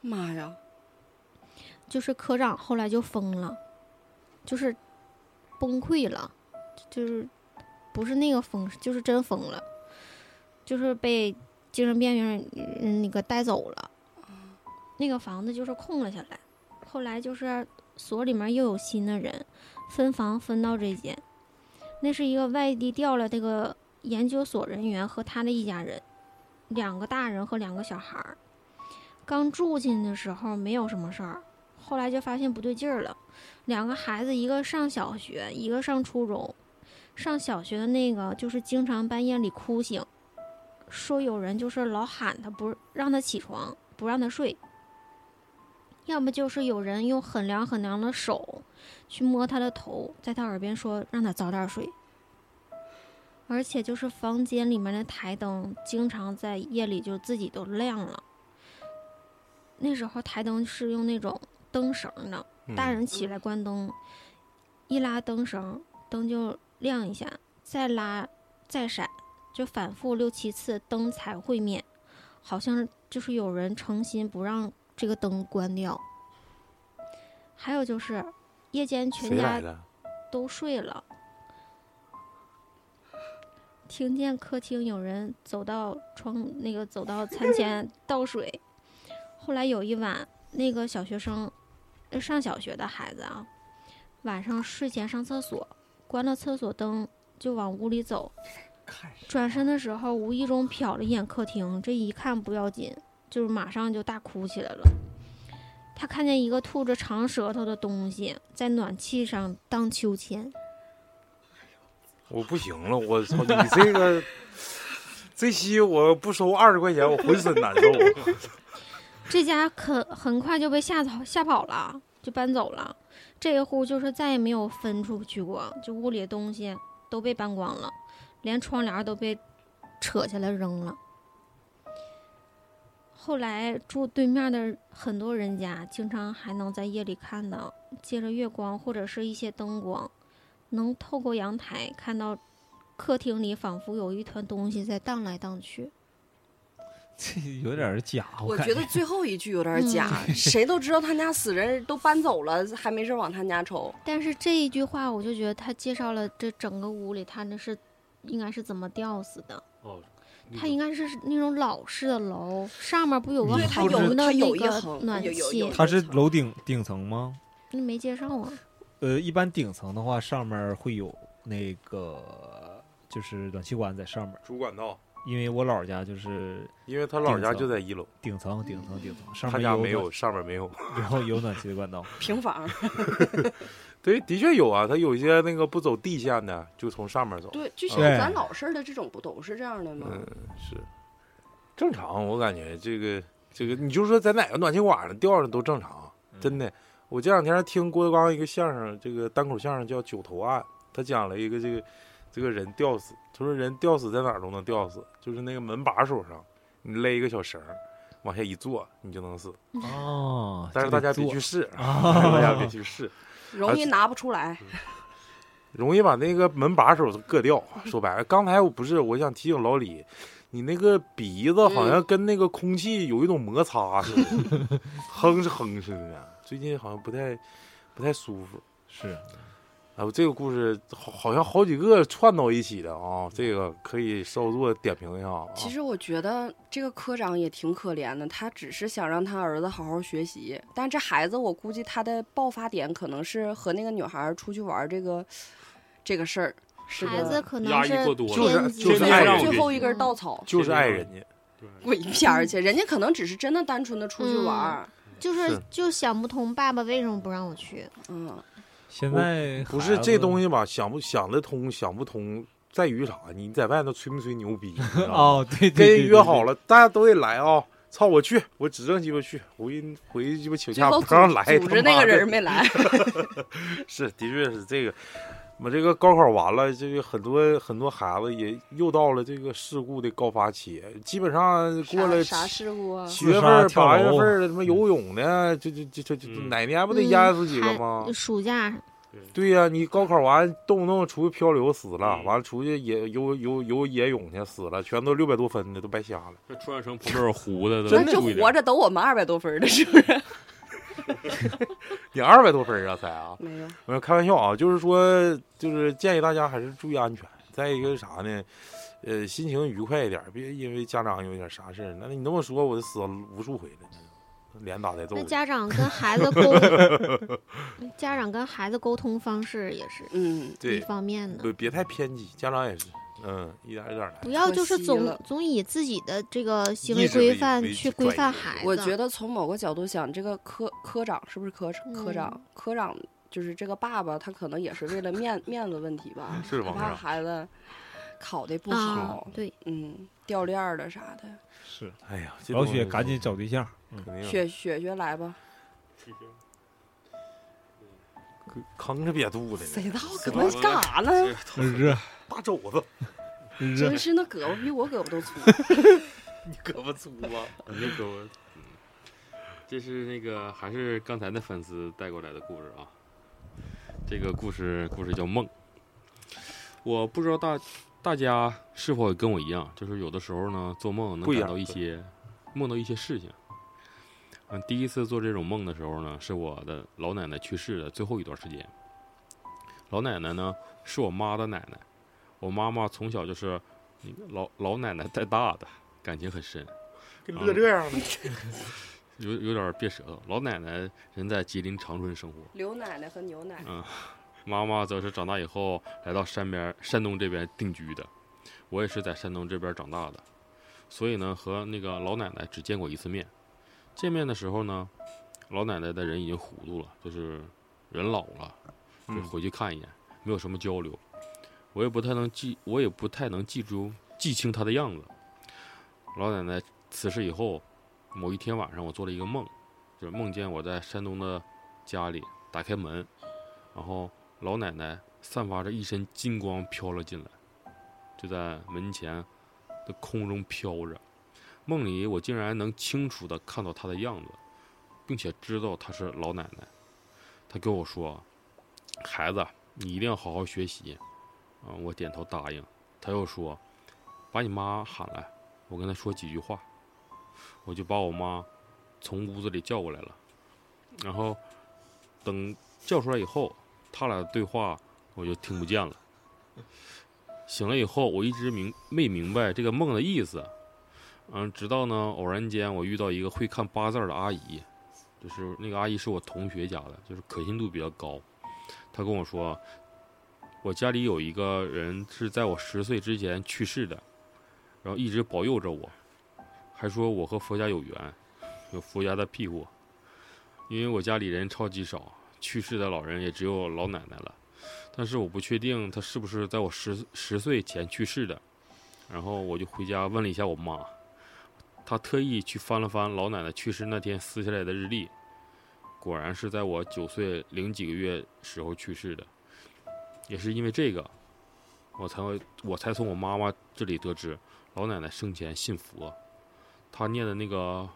妈呀！
就是科长后来就疯了，就是崩溃了，就是不是那个疯，就是真疯了，就是被精神病院嗯那个带走了，那个房子就是空了下来。后来就是所里面又有新的人，分房分到这间，那是一个外地调来这个研究所人员和他的一家人，两个大人和两个小孩儿。刚住进的时候没有什么事儿，后来就发现不对劲儿了。两个孩子，一个上小学，一个上初中。上小学的那个就是经常半夜里哭醒，说有人就是老喊他，不让他起床，不让他睡。要么就是有人用很凉很凉的手去摸他的头，在他耳边说让他早点睡。而且就是房间里面的台灯经常在夜里就自己都亮了。那时候台灯是用那种灯绳的，
嗯
大人起来关灯，一拉灯绳，灯就亮一下，再拉再闪，就反复六七次，灯才会灭。好像就是有人诚心不让这个灯关掉。还有就是，夜间全
谁来
家
的？
都睡了，听见客厅有人走到窗那个走到餐前倒水。后来有一晚，那个小学生，呃上小学的孩子啊，晚上睡前上厕所，关了厕所灯就往屋里走，转身的时候无意中瞟了一眼客厅，这一看不要紧，就是马上就大哭起来了。他看见一个吐着长舌头的东西在暖气上荡秋千，
我不行了，我操！你这个这期我不收二十块钱，我浑身难受。啊
这家可很快就被吓跑吓跑了，就搬走了。这一户就是再也没有分出去过，就屋里的东西都被搬光了，连窗帘都被扯下来扔了。后来住对面的很多人家，经常还能在夜里看到，借着月光或者是一些灯光，能透过阳台看到客厅里仿佛有一团东西在荡来荡去。
这有点儿假，
我
感
觉得最后一句有 点假，
嗯
谁都知道他家死人都搬走了，还没事往他家瞅。
但是这一句话，我就觉得他介绍了这整个屋里，他那是应该是怎么吊死的。
哦，
他应该是那种老式的楼，上面不有个
对它
横
有
的那
它有一
个
横
暖
有有
气
有？
它是楼顶顶层吗？
那没介绍啊。
呃，一般顶层的话，上面会有那个就是暖气管在上面，
主管道，
因为我姥儿家就是
因为他姥儿家就在一楼，
顶层、顶层、顶层，上
他
面
家
有
没
暖
有，，上面没有。
然后有暖气的管道。
平房，
对，的确有啊，他有些那个不走地线的，就从上面走。
对，就像
对
咱老式儿的这种不都是这样的吗？
嗯，是正常，我感觉这个这个，你就说在哪个暖气管上吊着都正常，真的。我这两天听郭德纲一个相声，这个单口相声叫《九头案》，他讲了一个这个这个人吊死，他说人吊死在哪儿都能吊死，就是那个门把手上，你勒一个小绳儿，往下一坐，你就能死。
哦，
但是
这
大
个
家别
做
去试，
啊
大家别去试，
容易拿不出来。
容易把那个门把手硌掉。
嗯
说白了，刚才我不是，我想提醒老李，你那个鼻子好
嗯
像跟那个空气有一种摩擦似的， 哼是哼似的。最近好像不太不太舒服。
是
啊，这个故事好好像好几个串到一起的啊，这个可以稍作点评一下啊。
其实我觉得这个科长也挺可怜的，他只是想让他儿子好好学习，但这孩子我估计他的爆发点可能是和那个女孩出去玩这个这个事儿，是
孩
个
子可能
压抑
是
过多了
就是
偏激
就是
最
爱
后
人
最后一根
嗯
稻草
就是爱人家，
滚一边儿去，人家可能只是真的单纯的出去玩儿，
就是
是
就想不通爸爸为什么不让我去。
嗯，
现在
不是这东
西
西吧？想不想得通，想不通在于啥？你在外头吹没吹牛逼？你 知道吗，
哦， 对对对，
跟约好
了，
了，大家都得来啊、操，我去，我指正鸡巴去，回回鸡巴请
最
假
后
不让来，
组织那
他妈
个
的
人没来，
是，的确是这个。我这个高考完了，这个很多很多孩子也又到了这个事故的高发期，基本上过了
啥啥事故啊？
七月
自
份
杀
儿、
跳
八月
楼
份儿的，他妈游泳呢，这这这这这
嗯
哪年不得
嗯
淹死几个
还
吗？
暑假
对呀、你高考完动不动出去漂流死了，
嗯
完了出去野游游游野泳去死了，全都六百多分的都白瞎了。
这传染成旁边有湖的，
那
真
就活着等我们二百多分儿的是不是？
你二百多分儿啊才啊！
没有，
我开玩笑啊，就是说，就是建议大家还是注意安全。再一个是啥呢？呃，心情愉快一点儿，别因为家长有点啥事儿。那你那么说，我就死了无数回了，连打带揍
那
的。
家长 跟孩子沟，家长跟孩子沟通方式也是
嗯，
一
对，
方面的，
不别太偏激，家长也是，嗯，一点儿一点儿来。
不要就是
可惜
总
了
总以自己的这个行
意
为
志
规
为
范
为
去
去
规
转移
范孩子。
我觉得从某个角度想，这个科科长是不是科科长？科长就是这个爸爸，他可能也是为了面面子问题吧，
是
他
王
怕
上，
孩子考的不
啊
好，，
对，
嗯，掉链儿了啥的。
是
哎呀，这
老
东西
雪赶紧找对象，
肯定
雪雪雪来吧，
吭哧瘪肚的，
谁到
死
胳膊
了
干啥呢？
热
大肘子，
热
真，是那胳膊比我胳膊都粗。
你胳膊粗啊！
你这给我，嗯这是那个还是刚才的粉丝带过来的故事啊。这个故事故事叫梦。我不知道大大家是否也跟我一样，就是有的时候呢做梦能
不一
感
样
到一些梦到一些事情。嗯，第一次做这种梦的时候呢，是我的老奶奶去世的最后一段时间。老奶奶呢是我妈的奶奶，我妈妈从小就是嗯老老奶奶带大的，感情很深。
跟
乐
这样的，
有有点儿别舌头。老奶奶人在吉林长春生活，
刘奶奶和牛奶奶，
妈妈则是长大以后来到山边山东这边定居的。我也是在山东这边长大的，所以呢，和那个老奶奶只见过一次面。见面的时候呢，老奶奶的人已经糊涂了，就是人老了，就
嗯
回去看一眼，没有什么交流。我也不太能记，我也不太能记住记清她的样子。老奶奶辞世以后，某一天晚上，我做了一个梦，就是梦见我在山东的家里打开门，然后老奶奶散发着一身金光飘了进来，就在门前的空中飘着。梦里我竟然能清楚地看到她的样子，并且知道她是老奶奶。她跟我说：“孩子，你一定要好好学习。”嗯，我点头答应。她又说：“把你妈喊来，我跟她说几句话。”我就把我妈从屋子里叫过来了，然后等叫出来以后，他俩的对话我就听不见了。醒了以后，我一直明没明白这个梦的意思，嗯，直到呢偶然间我遇到一个会看八字儿的阿姨，就是那个阿姨是我同学家的，就是可信度比较高。她跟我说，我家里有一个人是在我十岁之前去世的，然后一直保佑着我，还说我和佛家有缘，有佛家的庇护。因为我家里人超级少，去世的老人也只有老奶奶了，但是我不确定她是不是在我十十岁前去世的。然后我就回家问了一下我妈，她特意去翻了翻老奶奶去世那天撕下来的日历，果然是在我九岁零几个月时候去世的。也是因为这个，我才会我才从我妈妈这里得知，老奶奶生前信佛，她念的那个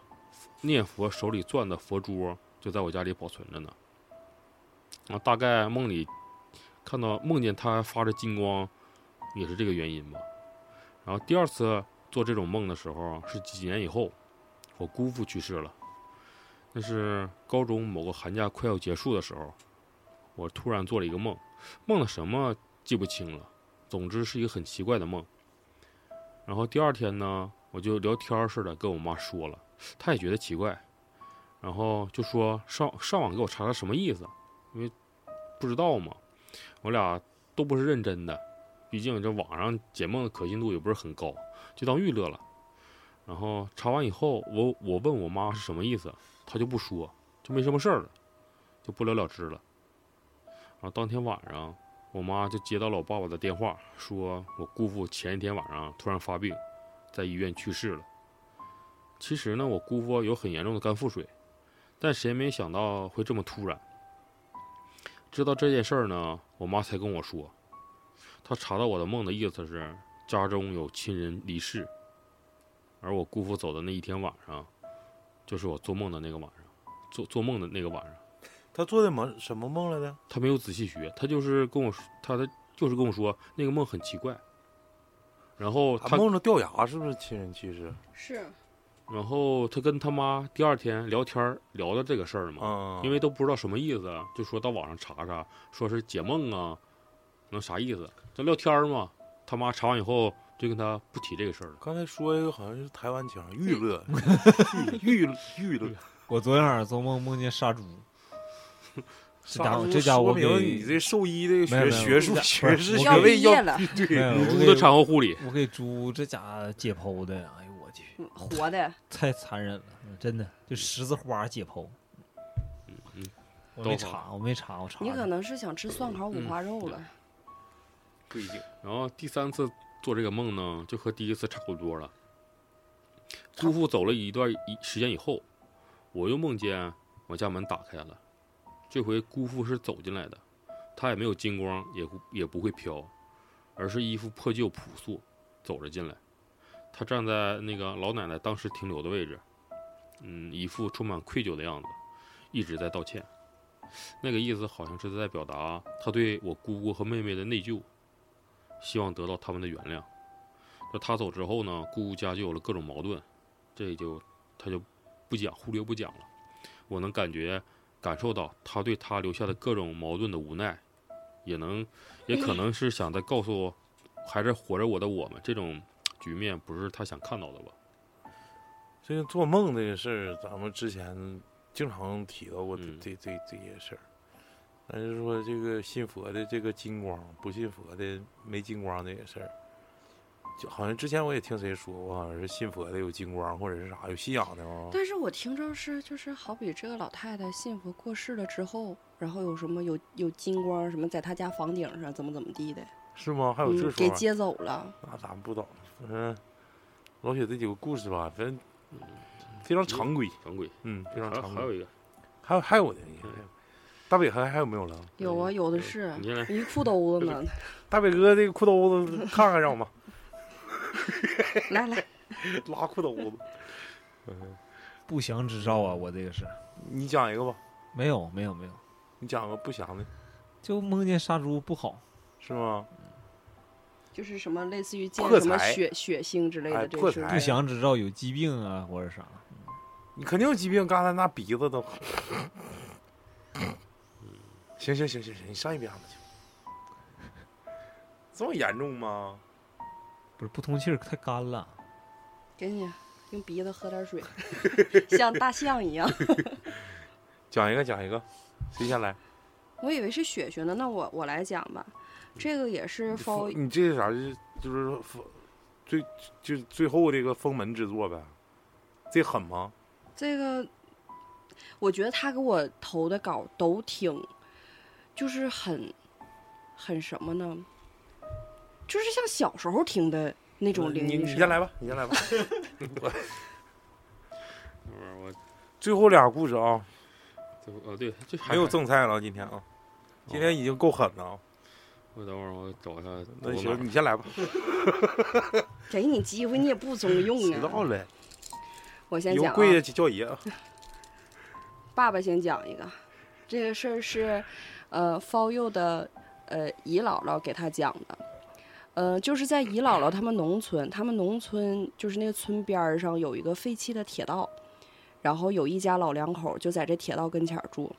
念佛手里攥的佛珠就在我家里保存着呢。啊，大概梦里看到梦见它发着金光，也是这个原因吧。然后第二次做这种梦的时候啊是几年以后，我姑父去世了，那是高中某个寒假快要结束的时候，我突然做了一个梦，梦了什么记不清了，总之是一个很奇怪的梦。然后第二天呢，我就聊天儿似的跟我妈说了，她也觉得奇怪，然后就说上上网给我查查什么意思，因为不知道嘛，我俩都不是认真的，毕竟这网上解梦的可信度也不是很高，就当娱乐了。然后查完以后，我我问我妈是什么意思，她就不说，就没什么事儿了，就不了了之了。然后当天晚上，我妈就接到了我爸爸的电话，说我姑父前一天晚上突然发病，在医院去世了。其实呢，我姑父有很严重的肝腹水，但谁也没想到会这么突然。知道这件事儿呢，我妈才跟我说，她查到我的梦的意思是家中有亲人离世，而我姑父走的那一天晚上，就是我做梦的那个晚上，做做梦的那个晚上。
他做的梦什么梦来的？
哦
他没有仔细学，他就是跟我说，他的就是跟我说那个梦很奇怪，然后
他
他，
梦着掉牙是不是亲人去世？
是
然后他跟他妈第二天聊天儿聊到这个事儿嘛，
嗯，
因为都不知道什么意思，啊就说到网上查查，说是解梦啊，能啥意思？这聊天儿嘛，他妈查完以后就跟他不提这个事儿了。
刚才说一个好像是台湾 腔，娱乐， 娱乐，娱乐。
我昨天晚上做梦梦见杀猪，这家伙
啥
这家伙
说
我给
明你这兽医的
没有
学
没
学
有
术
不是
学士学
要
位
毕业
要
了，
没有
对，
我
猪
给
的产后护理，
我给猪这家解剖的呀，哎呦我去，
嗯活的，
太残忍了，嗯真的就十字花解剖。
嗯
我
都好
没查，我没查，我查
你
了。
可能是想吃蒜烤五花肉了。
不一定。
然后第三次做这个梦呢，就和第一次差不多了。姑父走了一段一时间以后，我又梦见我家门打开了，这回姑父是走进来的，他也没有金光，也不也不会飘，而是一副破旧朴素走着进来。他站在那个老奶奶当时停留的位置，嗯，一副充满愧疚的样子，一直在道歉。那个意思好像是在表达他对我姑姑和妹妹的内疚。希望得到他们的原谅。这他走之后呢，姑姑家就有了各种矛盾，这就他就不讲，忽略不讲了。我能感觉感受到他对他留下的各种矛盾的无奈，也能也可能是想在告诉还是活着我的我们，这种局面不是他想看到的吧？
这个做梦这个事儿，咱们之前经常提到过这、
嗯
这这这些事儿。但是说这个信佛的这个金光，不信佛的没金光这个事儿，就好像之前我也听谁说过，好像是信佛的有金光，或者是啥有信仰的哦。
但是我听着是，就是好比这个老太太信佛过世了之后，然后有什么有有金光什么在她家房顶上怎么怎么地的，
是吗？还有这
嗯，给
说法？
接走了。
那咱不懂。反正老雪这几个故事吧，反正非常常规，
反鬼，
嗯，非
还
常
有
常
嗯还有
规。
一个，
还有还有的，大北还还有没有了？
有啊，有的
嗯
是，
你先来
一裤兜子呢。
大北哥这个裤兜子看看让我们。
来来，
拉裤兜子。
不祥之兆啊！我这个是
你讲一个吧，
没有没有没有，
你讲个不祥的，
就梦见杀猪不好，
是吗？
就是什么类似于见
破
什么
财
血血腥之类
哎
的这
破
事儿
财
不祥之兆有疾病啊或者啥。
你肯定有疾病，刚才那鼻子都。嗯行行行行行，你上一边吧去。这么严重吗？
不是不通气儿太干了，
给你用鼻子喝 点水，像大象一样。
讲一个，讲一个，谁先来？
我以为是雪雪呢，那我我来讲吧。这个也是包
你这是啥？就是就是封最就最后这个封门之作呗。这狠吗？
这个，我觉得他给我投的稿都挺，就是很很什么呢？就是像小时候听的那种灵
你
异
你
事
先
儿。
嗯来吧，你先来吧。
等会儿我
最后俩故事啊，
这不呃对，这还
没有正菜了，今天啊，今天已经够狠了啊。
我等会儿我找一下我
那
哪儿
行，你先来吧。
给你机会，你也不中 用
知道
啊！
了，
我先
以
讲、
后
啊，
跪下去叫爷。
爸爸先讲一个，这个事儿是，呃，方佑的呃姨姥姥给他讲的，呃，就是在姨姥姥他们农村，他们农村就是那个村边儿上有一个废弃的铁道，然后有一家老两口就在这铁道跟前儿住。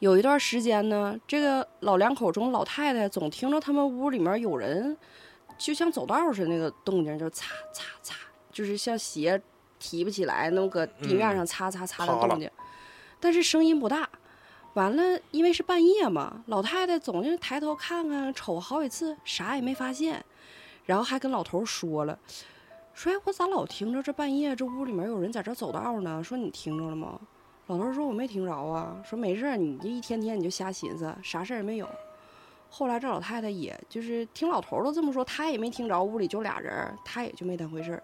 有一段时间呢，这个老两口中老太太总听着他们屋里面有人，就像走道似的那个动静，就擦擦擦，就是像鞋提不起来，那么搁地面上擦擦擦的动静，但是声音不大。完了，因为是半夜嘛，老太太总是抬头看看，瞅好几次，啥也没发现，然后还跟老头说了，说哎，我咋老听着这半夜这屋里面有人在这走道呢？说你听着了吗？老头说我没听着啊，说没事儿，你这一天天你就瞎寻思，啥事儿也没有。后来这老太太也就是听老头儿都这么说，她也没听着，屋里就俩人儿，她也就没当回事儿。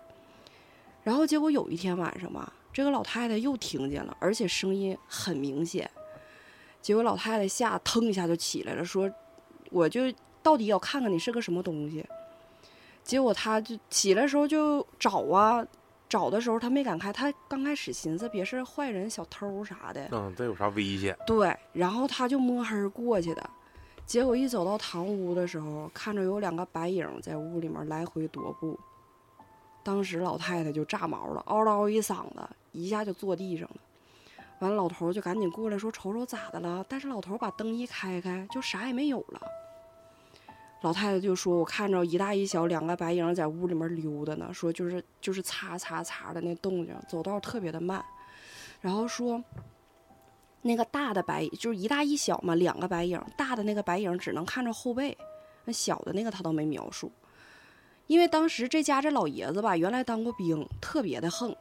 然后结果有一天晚上吧，这个老太太又听见了，而且声音很明显。结果老太太吓腾一下就起来了，说我就到底要看看你是个什么东西。结果她就起来的时候就找啊，找的时候她没敢开，她刚开始寻思别是坏人、小偷啥的，
嗯，这有啥危险？
对，然后他就摸黑儿过去的，结果一走到堂屋的时候，看着有两个白影在屋里面来回踱步，当时老太太就炸毛了，嗷嗷一嗓子，一下就坐地上了。完了，老头儿就赶紧过来说：“瞅瞅咋的了？”但是老头儿把灯一开开，就啥也没有了。老太太就说：“我看着一大一小两个白影在屋里面溜达呢，说就是就是擦擦擦的那动静，走道特别的慢。”然后说那个大的白就是一大一小嘛，两个白影，大的那个白影只能看着后背，那小的那个他倒没描述。因为当时这家这老爷子吧，原来当过兵，特别的横，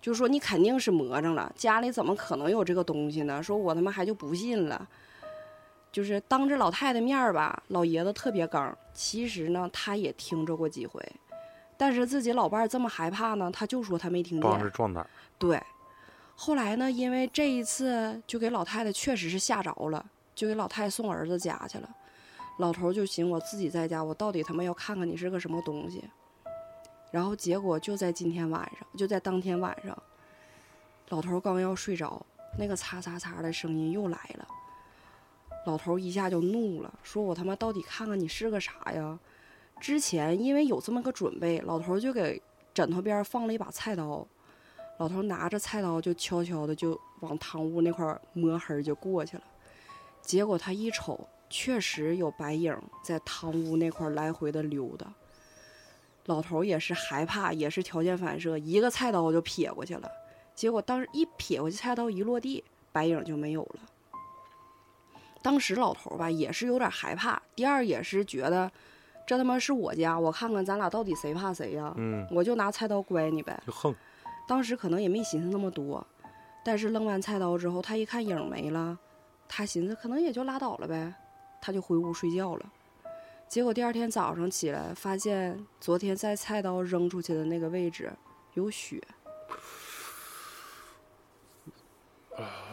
就说你肯定是魔怔了，家里怎么可能有这个东西呢？说我他妈还就不信了。就是当着老太太面儿吧，老爷子特别刚。其实呢，他也听着过几回，但是自己老伴儿这么害怕呢，他就说他没听见。
帮着撞哪儿？
对，后来呢，因为这一次就给老太太确实是吓着了，就给老太太送儿子家去了。老头儿就寻我自己在家，我到底他妈要看看你是个什么东西。然后结果就在今天晚上，就在当天晚上，老头儿刚要睡着，那个擦擦擦的声音又来了。老头儿一下就怒了，说我他妈到底看看你是个啥呀？之前因为有这么个准备，老头儿就给枕头边儿放了一把菜刀，老头拿着菜刀就悄悄的就往堂屋那块儿摸黑儿就过去了，结果他一瞅，确实有白影在堂屋那块儿来回的溜达。老头儿也是害怕，也是条件反射，一个菜刀就撇过去了。结果当时一撇过去，菜刀一落地，白影就没有了。当时老头儿吧也是有点害怕，第二也是觉得这他妈是我家，我看看咱俩到底谁怕谁呀、
嗯，
我就拿菜刀乖你呗。
就横。
当时可能也没寻思那么多，但是扔完菜刀之后，他一看影儿没了，他寻思可能也就拉倒了呗，他就回屋睡觉了。结果第二天早上起来，发现昨天在菜刀扔出去的那个位置有血，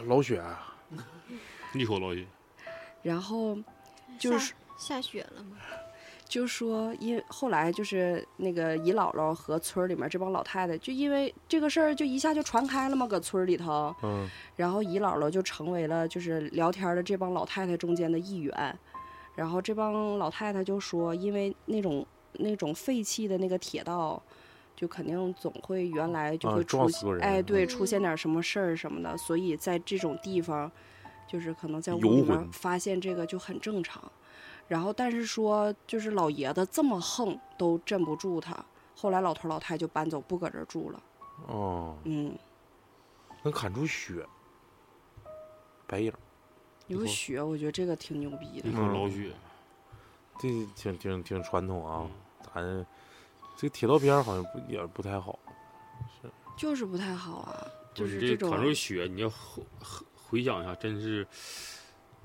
老雪啊，
一口老血。
然后就是
下雪了吗？
就说因后来就是那个姨姥姥和村儿里面这帮老太太，就因为这个事儿就一下就传开了嘛，搁村儿里头，
嗯，
然后姨姥姥就成为了就是聊天儿的这帮老太太中间的一员，然后这帮老太太就说，因为那种那种废弃的那个铁道，就肯定总会原来就
啊
会
撞
出
死过
现，
人
哎，对，
嗯
出现点什么事儿什么的，所以在这种地方，就是可能在屋
游
里面
魂
发现这个就很正常。然后，但是说就是老爷子这么横都镇不住他，后来老头老太太就搬走，不搁这儿住了。
哦，
嗯，
能砍出血，白影儿，
有
不错
雪，我觉得这个挺牛逼的
一。口
嗯
老血，
这挺挺挺传统啊。咱这铁道边儿好像不也不太好，
就是不太好啊，就
不
是
你这
种
淌出血，你要回回回想一下，真是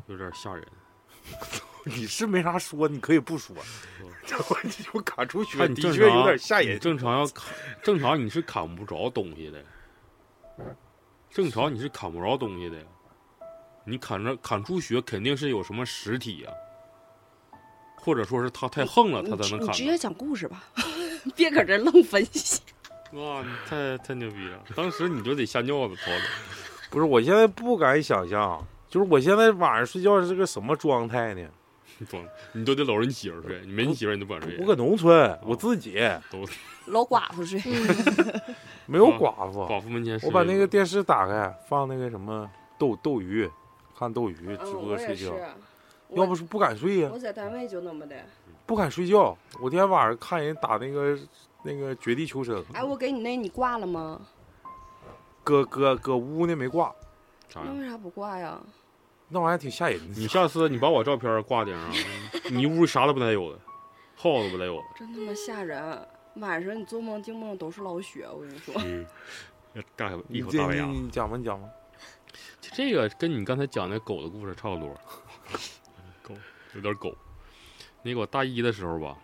有点吓人。
你是没啥说，你可以不说。这会儿你就砍出血，
看你
的
正
确有
常
点吓
你
人。
正常要砍，正常你是砍不着东西的，正常你是砍不着东西的。你砍着砍出血，肯定是有什么实体呀、或者说是他太横了，
你
他才
直
能
你直
砍
接讲故事吧， 别搁这儿愣分析。
到。哇，你太太牛逼了！当时你就得吓尿了，操的！
不是，我现在不敢想象，就是我现在晚上睡觉是个什么状态呢？
你懂？你都得搂着你媳妇儿睡，你没你媳妇儿你都不敢睡。
我搁农村，
啊
我自己
都
老寡妇睡，
没有
啊
寡妇，
寡妇门前是
我把那个电视打开，放那个什么斗斗鱼，看斗鱼、直
嗯，
播
我也
睡
是
觉，，要不
我
是嗯不敢睡呀
我，在单位就那么的。
不敢睡觉。我今天晚上看人打那个那个绝地求生，
哎，我给你那，你挂了吗？
搁搁搁屋呢没挂，啊
啥
那
呀？
为啥不挂呀？
那玩意儿挺吓人的。
你下次你把我照片挂顶上，你屋啥都不带有的，耗子不带有的。
真他妈吓人！晚上你做梦、惊梦都是老雪，我跟你说。
嗯，大一
你
口
这
大白牙
你。你讲吧，你讲吧。
这个跟你刚才讲那狗的故事差不多，狗有点狗。那个我大一的时候吧，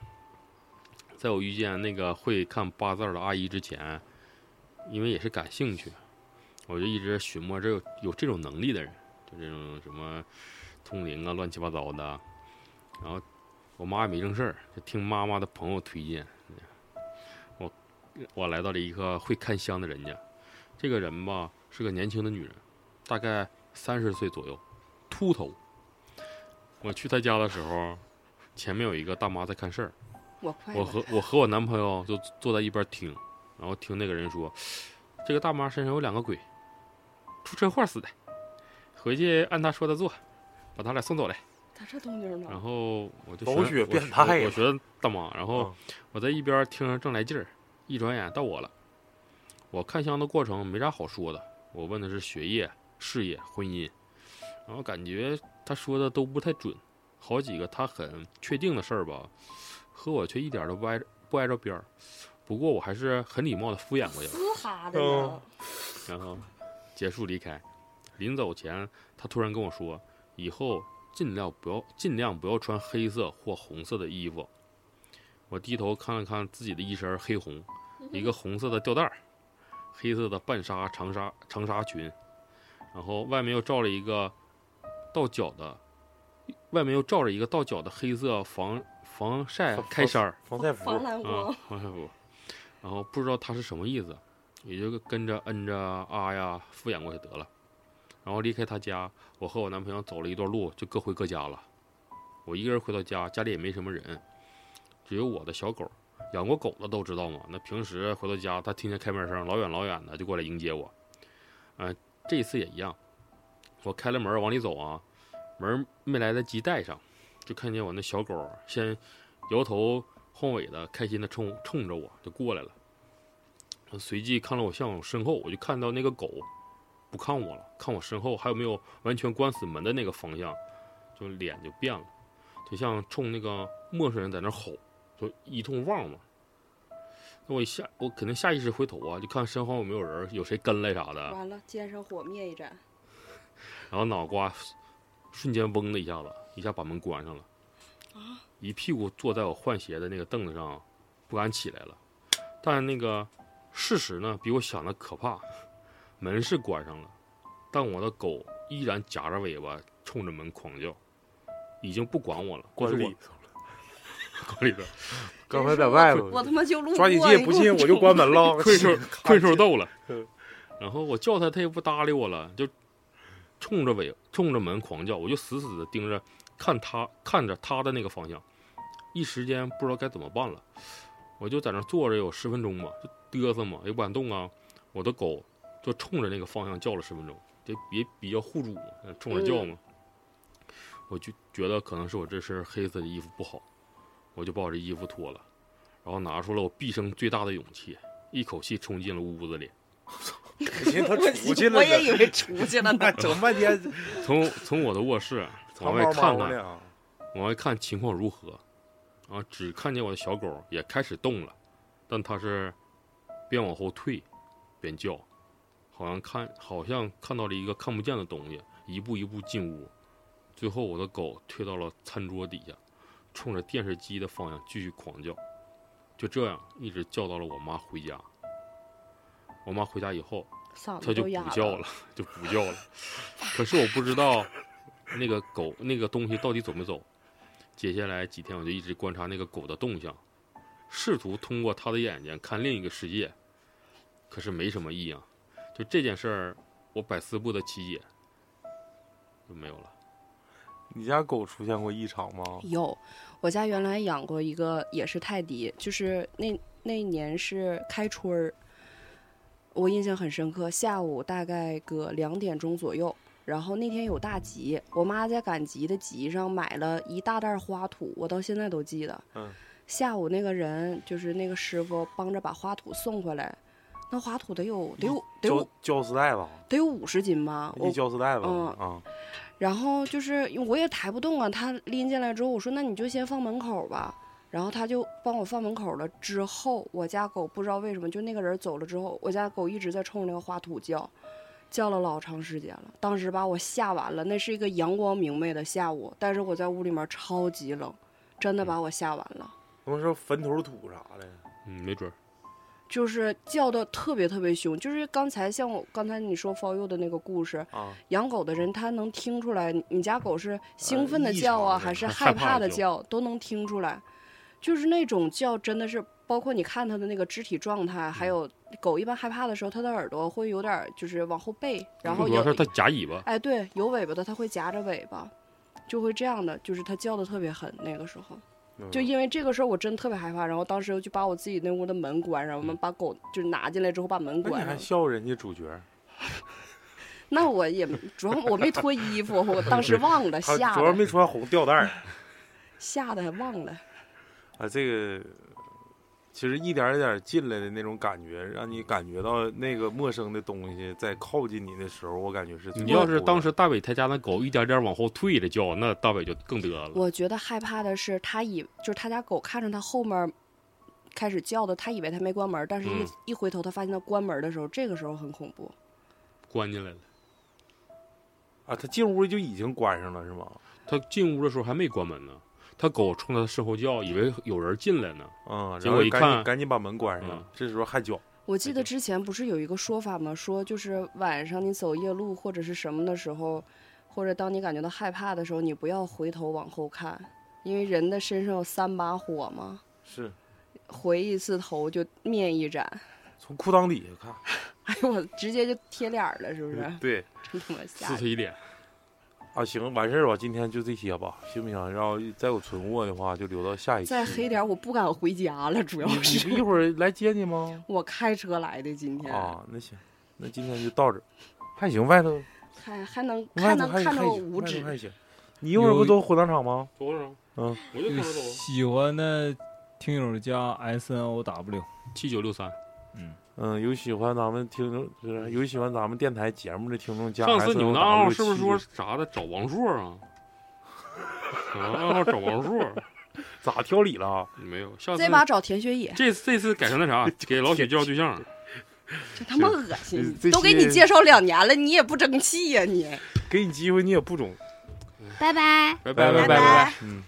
在我遇见那个会看八字儿的阿姨之前，因为也是感兴趣，我就一直寻摸这有有这种能力的人，就这种什么通灵啊、乱七八糟的。然后我妈也没正事儿，就听妈妈的朋友推荐，我我来到了一个会看相的人家，这个人吧是个年轻的女人。大概三十岁左右，秃头。我去他家的时候，前面有一个大妈在看事儿，
我快
我和我和我男朋友就坐在一边听，然后听那个人说，这个大妈身上有两个鬼，出车祸死的，回去按她说的做，把他俩送走来。
咋这动静
然
啊
呢？
后我就
狗
学
血
我
变
学
态
我
呀
我学大妈，然后
嗯
我在一边听着正来劲儿，一转眼到我了。我看香的过程没啥好说的，我问的是学业、事业、婚姻，然后感觉他说的都不太准，好几个他很确定的事儿吧，和我却一点儿都不挨不挨着边儿。不过我还是很礼貌的敷衍过去了，
嘶哈的
嗯
呢，
然后结束离开。临走前，他突然跟我说，以后尽量不要尽量不要穿黑色或红色的衣服。我低头看了看自己的一身黑红，一个红色的吊带儿，黑色的半纱长纱长纱裙，然后外面又罩了一个到脚的，外面又罩着一个到脚的黑色防防晒
防
开衫儿。
防晒
防
服，
蓝光
啊，，防晒服，然后不知道他是什么意思，也就跟着摁着啊呀敷衍过去得了。然后离开他家，我和我男朋友走了一段路，就各回各家了。我一个人回到家，家里也没什么人，只有我的小狗。养过狗的都知道嘛，那平时回到家，他听见开门声，老远老远的就过来迎接我。呃，这次也一样，我开了门往里走啊，门没来得及带上，就看见我那小狗先摇头晃尾的，开心的冲冲着我就过来了。随即看了我向我身后，我就看到那个狗不看我了，看我身后还有没有完全关死门的那个方向，就脸就变了，就像冲那个陌生人在那吼，就一通汪嘛。那我一下，我肯定下意识回头啊，就看身后有没有人，有谁跟来啥的。
完了，肩上火灭一盏，
然后脑瓜瞬间嗡的一下子，一下把门关上了，一屁股坐在我换鞋的那个凳子上，不敢起来了。但那个事实呢，比我想的可怕，门是关上了，但我的狗依然夹着尾巴冲着门狂叫，已经不管我了，
管
就是
理
我，管理的，
刚才在外头
我他妈就路过，
抓紧进，不进我就关门了。
困兽困兽斗了
嗯。
然后我叫他，他也不搭理我了，就冲着尾冲着门狂叫，我就死死的盯着看他看着他的那个方向，一时间不知道该怎么办了。我就在那坐着有十分钟吧，就嘚瑟嘛，也不敢动啊。我的狗就冲着那个方向叫了十分钟，这也比较护主嘛，冲着叫嘛。
嗯
我就觉得可能是我这身黑色的衣服不好，我就把我这衣服脱了，然后拿出了我毕生最大的勇气，一口气冲进了屋子里。
我寻思他出去了
我
呢，。
也以为出去了呢
整半天
从从 我的卧室
藏
往
猫
外看
猫
看，
呢。
往外看情况如何，啊，只看见我的小狗也开始动了，但它是边往后退边叫，好像看好像看到了一个看不见的东西，一步一步进屋，最后我的狗退到了餐桌底下，冲着电视机的方向继续狂叫，就这样一直叫到了我妈回家。我妈回家以后，
嗓
它
子
就
都
不
哑
叫了，就不叫了。可是我不知道那个狗那个东西到底走没走。接下来几天，我就一直观察那个狗的动向，试图通过它的眼睛看另一个世界，可是没什么异样。就这件事儿，我百思不得其解，就没有了。
你家狗出现过异常吗？
有，我家原来养过一个也是泰迪，就是那那年是开春儿，我印象很深刻。下午大概个两点钟左右，然后那天有大集，我妈在赶集的集上买了一大袋花土，我到现在都记得。
嗯。
下午那个人就是那个师傅帮着把花土送回来，那花土得有得有得
胶
有
胶丝带子，
得有五十斤吧？我
一胶丝带子
嗯
啊，
然后就是我也抬不动啊，他拎进来之后，我说那你就先放门口吧。然后他就帮我放门口了。之后我家狗不知道为什么，就那个人走了之后，我家狗一直在冲着那个花土叫，叫了老长时间了。当时把我吓完了。那是一个阳光明媚的下午，但是我在屋里面超级冷，真的把我吓完了。
他们说坟头土啥的，
嗯，没准儿。
就是叫的特别特别凶，就是刚才像我刚才你说 for you 的那个故事，
啊，
养狗的人他能听出来，你你家狗是兴奋的
呃异
叫啊，
常的
还是
害
害
怕
怕
的
的叫，都能听出来。就是那种叫，真的是包括你看它的那个肢体状态，
嗯
还有狗一般害怕的时候，它的耳朵会有点儿就是往后背，然后
主要
有
是它夹尾巴，
哎对，有尾巴的它会夹着尾巴，就会这样的，就是它叫的特别狠。那个时候，
嗯
就因为这个事儿，我真特别害怕，然后当时就把我自己那屋的门关上，我们把狗就是拿进来之后把门
那你
关上
嗯哎还
了。
笑人家主角，
那我也主要我没脱衣服， 我当时忘了，
他
吓
主要
得
没穿红吊带儿
吓得忘了。
啊，这个其实一点儿一点儿进来的那种感觉，让你感觉到那个陌生的东西在靠近你的时候，我感觉是最
你要
恐
是
怖
当
的
时大伟他家那狗一点点往后退着叫，那大伟就更得了。
我觉得害怕的是，他以就是他家狗看着他后面开始叫的，他以为他没关门，但是一、
嗯
一回头，他发现他关门的时候，这个时候很恐怖。
关进来了。
啊，他进屋就已经关上了是吗？
他进屋的时候还没关门呢，他狗冲他身后叫，以为有人进来呢。
嗯，
结
然
果
后
一
赶
看
紧赶紧把门关上
嗯
了，这时候还叫，
我记
哎
得
对
之前不是有一个说法吗？说就是晚上你走夜路或者是什么的时候，或者当你感觉到害怕的时候，你不要回头往后看，因为人的身上有三把火嘛，
是
回一次头就灭一盏。
从裤裆底下看，
哎呦，我直接就贴脸儿了，是不是？
对。
真他妈吓
撕
人！
他一脸，
啊，行，完事儿吧，今天就这些吧，行不行？然后再有存货的话，就留到下一期。
再黑点儿，我不敢回家了，主要
你你
是
不一会儿来接你 吗？
我开车来的，今天、
啊，那行，那今天就到这儿，还行，外头
还还能
外
还
头
能
还
看
还
到
行，
五
外头
指，
还行。你一会儿不
有
都火葬场吗？
走上，
嗯，
我就
对
走了。
喜欢的听友加 S N O W，
七九六三，
嗯，
嗯，有喜欢咱们听众，就是有喜欢咱们电台节目的听众加 SNW
上
七。
次你们的暗号是不是说啥的找王硕啊？啊，暗号找王硕
咋挑理了啊？
没有？下次
这把找田雪野，
这这次改成那 啥，给老许介绍对象。
真他妈恶心！
这
你都给你
些
介绍两年了，你也不争气呀、你。
给你机会你也不中，
拜拜。
拜
拜
拜
拜
拜
拜，嗯。